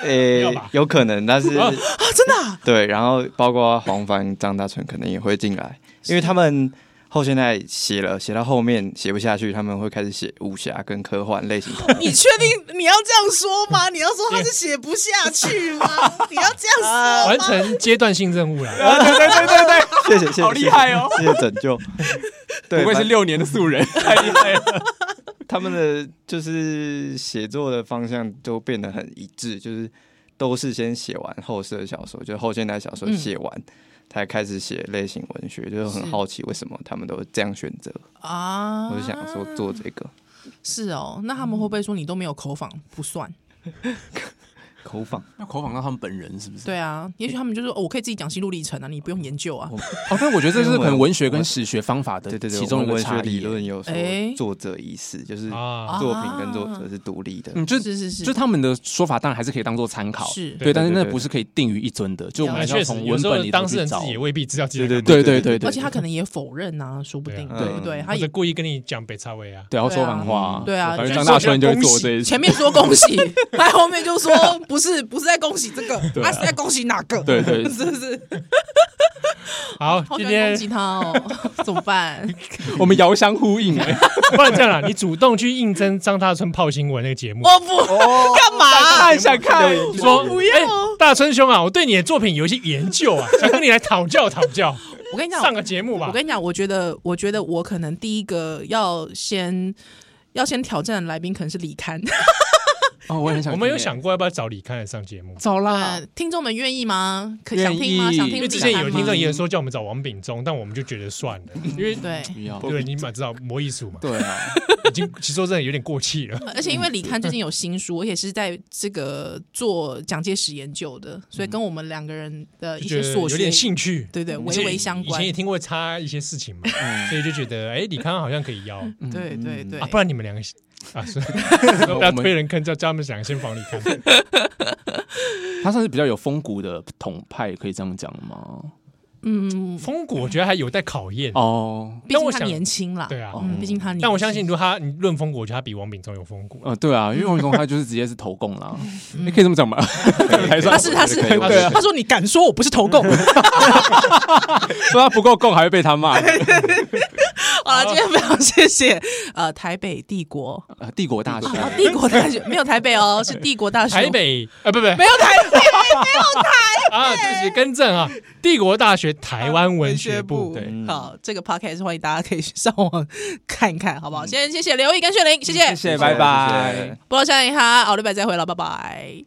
[SPEAKER 4] 诶、
[SPEAKER 2] 要吧
[SPEAKER 4] 有可能，但是
[SPEAKER 3] 哦
[SPEAKER 1] 啊，真的啊，
[SPEAKER 4] *laughs* 对，然后包括黄凡、张大春可能也会进来，因为他们后现代写了，写到后面写不下去，他们会开始写武侠跟科幻类型的。
[SPEAKER 1] 你确定你要这样说吗？你要说他是写不下去 *laughs* 吗？你要这样说
[SPEAKER 2] 完成阶段性任务啦。
[SPEAKER 3] *laughs* 啊，对对对对对，
[SPEAKER 4] *laughs* 谢谢，谢谢，
[SPEAKER 3] 好厉害哦
[SPEAKER 4] 谢谢拯
[SPEAKER 3] *laughs*
[SPEAKER 4] 救。对，
[SPEAKER 3] 不愧是
[SPEAKER 4] 反
[SPEAKER 3] 六年的素
[SPEAKER 4] *laughs*
[SPEAKER 3] 人，太厉害了。
[SPEAKER 4] 他们的就是写作的方向都变得很一致，就是都是先写完后设小说，就是后现代小说
[SPEAKER 1] 嗯
[SPEAKER 4] 写完。才开始写类型文学，就是很
[SPEAKER 1] 是
[SPEAKER 4] 好奇为什么他们都这样选择。
[SPEAKER 1] 啊
[SPEAKER 4] 我就想说
[SPEAKER 3] 啊
[SPEAKER 4] 做这个，
[SPEAKER 1] 是哦，那他们会不会说你都没有口访不算？
[SPEAKER 4] 口访，
[SPEAKER 5] 要口访到他们本人是不是？
[SPEAKER 1] 对啊，也许他们就说、哦我可以自己讲心路历程啊，你不用研究啊。
[SPEAKER 3] *laughs* 哦，但我觉得这是很文学跟史学方法的
[SPEAKER 4] 对对对，
[SPEAKER 3] 其中一个
[SPEAKER 4] 我们文
[SPEAKER 3] 差
[SPEAKER 4] 学理
[SPEAKER 3] 异。
[SPEAKER 4] 论有说
[SPEAKER 1] 哎
[SPEAKER 4] 作者已死，就是
[SPEAKER 2] 啊
[SPEAKER 4] 作品跟作者是独立的。
[SPEAKER 3] 嗯，就是
[SPEAKER 1] 是是，
[SPEAKER 3] 就他们的说法，当然还是可以当做参考，
[SPEAKER 1] 是
[SPEAKER 3] 对，但是那
[SPEAKER 4] 对对对
[SPEAKER 3] 不是可以定于一尊的，就我们
[SPEAKER 2] 那
[SPEAKER 3] 还是要
[SPEAKER 2] 啊哎确实，
[SPEAKER 3] 从
[SPEAKER 2] 有
[SPEAKER 3] 文
[SPEAKER 2] 时候
[SPEAKER 3] 本里头
[SPEAKER 2] 当事
[SPEAKER 3] 去
[SPEAKER 2] 人自
[SPEAKER 3] 找。
[SPEAKER 2] 己也未必知道自己在
[SPEAKER 4] 对
[SPEAKER 2] 干嘛
[SPEAKER 3] 对对对
[SPEAKER 1] 而
[SPEAKER 3] 对
[SPEAKER 1] 且他可能也否认啊，说不定
[SPEAKER 2] 对
[SPEAKER 4] 啊
[SPEAKER 1] 对不
[SPEAKER 4] 嗯
[SPEAKER 1] 对？他
[SPEAKER 2] 或
[SPEAKER 1] 也
[SPEAKER 2] 者故意跟你讲北朝伟啊，
[SPEAKER 3] 对啊，
[SPEAKER 1] 对啊
[SPEAKER 3] 说反话啊，
[SPEAKER 1] 对啊
[SPEAKER 3] 反正
[SPEAKER 2] 就
[SPEAKER 3] 张
[SPEAKER 2] 是
[SPEAKER 3] 大春就会做这一
[SPEAKER 1] 前面说恭喜，还后面就说不是不是在恭喜这
[SPEAKER 2] *laughs*
[SPEAKER 1] 个，
[SPEAKER 2] 啊
[SPEAKER 1] 他、是在恭喜哪个？
[SPEAKER 3] 对对
[SPEAKER 1] *laughs* 是不是？
[SPEAKER 2] 好，
[SPEAKER 1] 好
[SPEAKER 2] 今
[SPEAKER 1] 想攻
[SPEAKER 2] 天
[SPEAKER 1] 击他哦，怎么办？
[SPEAKER 3] 我们遥相呼应，哎
[SPEAKER 2] *laughs* 不然这样啦，你主动去应征张大春泡新闻那个节目。
[SPEAKER 1] 我
[SPEAKER 2] 哦
[SPEAKER 1] 不干嘛？
[SPEAKER 3] 太想看，
[SPEAKER 2] 你说
[SPEAKER 1] 不要
[SPEAKER 2] 哎大春兄啊，我对你的作品有一些研究
[SPEAKER 1] *laughs*
[SPEAKER 2] 啊，想跟你来讨教讨教，
[SPEAKER 1] 我跟你讲，
[SPEAKER 2] 上个节目吧
[SPEAKER 1] 我。跟你讲，我觉得，我觉得我可能第一个要先要先挑战的来宾可能是李刊，
[SPEAKER 3] 哦，我也很想听，啊
[SPEAKER 2] 我们有想过要不要找李康来上节目，
[SPEAKER 3] 早啦
[SPEAKER 1] 呃，听众们愿意吗？可
[SPEAKER 3] 愿
[SPEAKER 1] 想
[SPEAKER 3] 意
[SPEAKER 1] 听吗？想听
[SPEAKER 2] 因
[SPEAKER 1] 李
[SPEAKER 2] 为之前有
[SPEAKER 1] 刊吗
[SPEAKER 2] 听众也有说叫我们找王炳忠，但我们就觉得算了，因为
[SPEAKER 1] 对，
[SPEAKER 3] 不要
[SPEAKER 2] 对你们知道魔艺术嘛，
[SPEAKER 3] 对啊，
[SPEAKER 2] 已经其实说真的有点过气了。
[SPEAKER 1] 而且因为李刊最近有新书，而且是在这个做蒋介石研究的，所以跟我们两个人的一
[SPEAKER 2] 就觉
[SPEAKER 1] 些
[SPEAKER 2] 得
[SPEAKER 1] 所
[SPEAKER 2] 有
[SPEAKER 1] 学
[SPEAKER 2] 点，兴趣，
[SPEAKER 1] 对对，
[SPEAKER 2] 以
[SPEAKER 1] 微
[SPEAKER 2] 前
[SPEAKER 1] 微相
[SPEAKER 2] 以
[SPEAKER 1] 关嗯
[SPEAKER 2] 前也。听过他一些事情嘛，所以就觉得哎，李康好像可以邀啊，
[SPEAKER 1] 对对对，
[SPEAKER 2] 不然你们两个啊，
[SPEAKER 1] *laughs*
[SPEAKER 2] 是不要
[SPEAKER 3] 们
[SPEAKER 2] 推人坑，叫叫他们想先访李康。
[SPEAKER 3] *laughs* 他算是比较有风骨的统派，可以这样讲吗？
[SPEAKER 1] 嗯，
[SPEAKER 2] 风骨我觉得还有待考验，
[SPEAKER 3] 哦，
[SPEAKER 1] 毕竟
[SPEAKER 2] 我
[SPEAKER 1] 他
[SPEAKER 2] 想
[SPEAKER 1] 年轻啦，
[SPEAKER 2] 对啊
[SPEAKER 1] 嗯，毕竟他年轻，
[SPEAKER 2] 但我相信，如果他你论风骨，我觉得他比王炳忠有风骨。
[SPEAKER 3] 呃，对啊，因为王永忠他就是直接是投共啦，你 *laughs* 可以这么讲吧？台上
[SPEAKER 1] 他是他是
[SPEAKER 4] 可以
[SPEAKER 2] 我觉得可以
[SPEAKER 1] 他说你敢说我不是投共？
[SPEAKER 3] 说他不够共，还会被他骂。
[SPEAKER 1] 好了，今天非常谢谢呃台北帝国
[SPEAKER 3] 呃帝国大学
[SPEAKER 1] 啊帝国大学没有台北哦，是帝国大学
[SPEAKER 2] 台北啊，不不，没
[SPEAKER 1] 没有台北
[SPEAKER 2] 啊，对不起，更正啊，帝国大学台湾文学部。
[SPEAKER 1] 对
[SPEAKER 2] 对，
[SPEAKER 1] 好，这个 podcast 欢迎大家可以去上网看一看，好不好？先谢谢刘毅跟炫玲，谢谢，
[SPEAKER 3] 谢谢，拜拜。
[SPEAKER 4] 谢谢
[SPEAKER 1] 波罗夏林哈，奥利拜再会了，拜拜。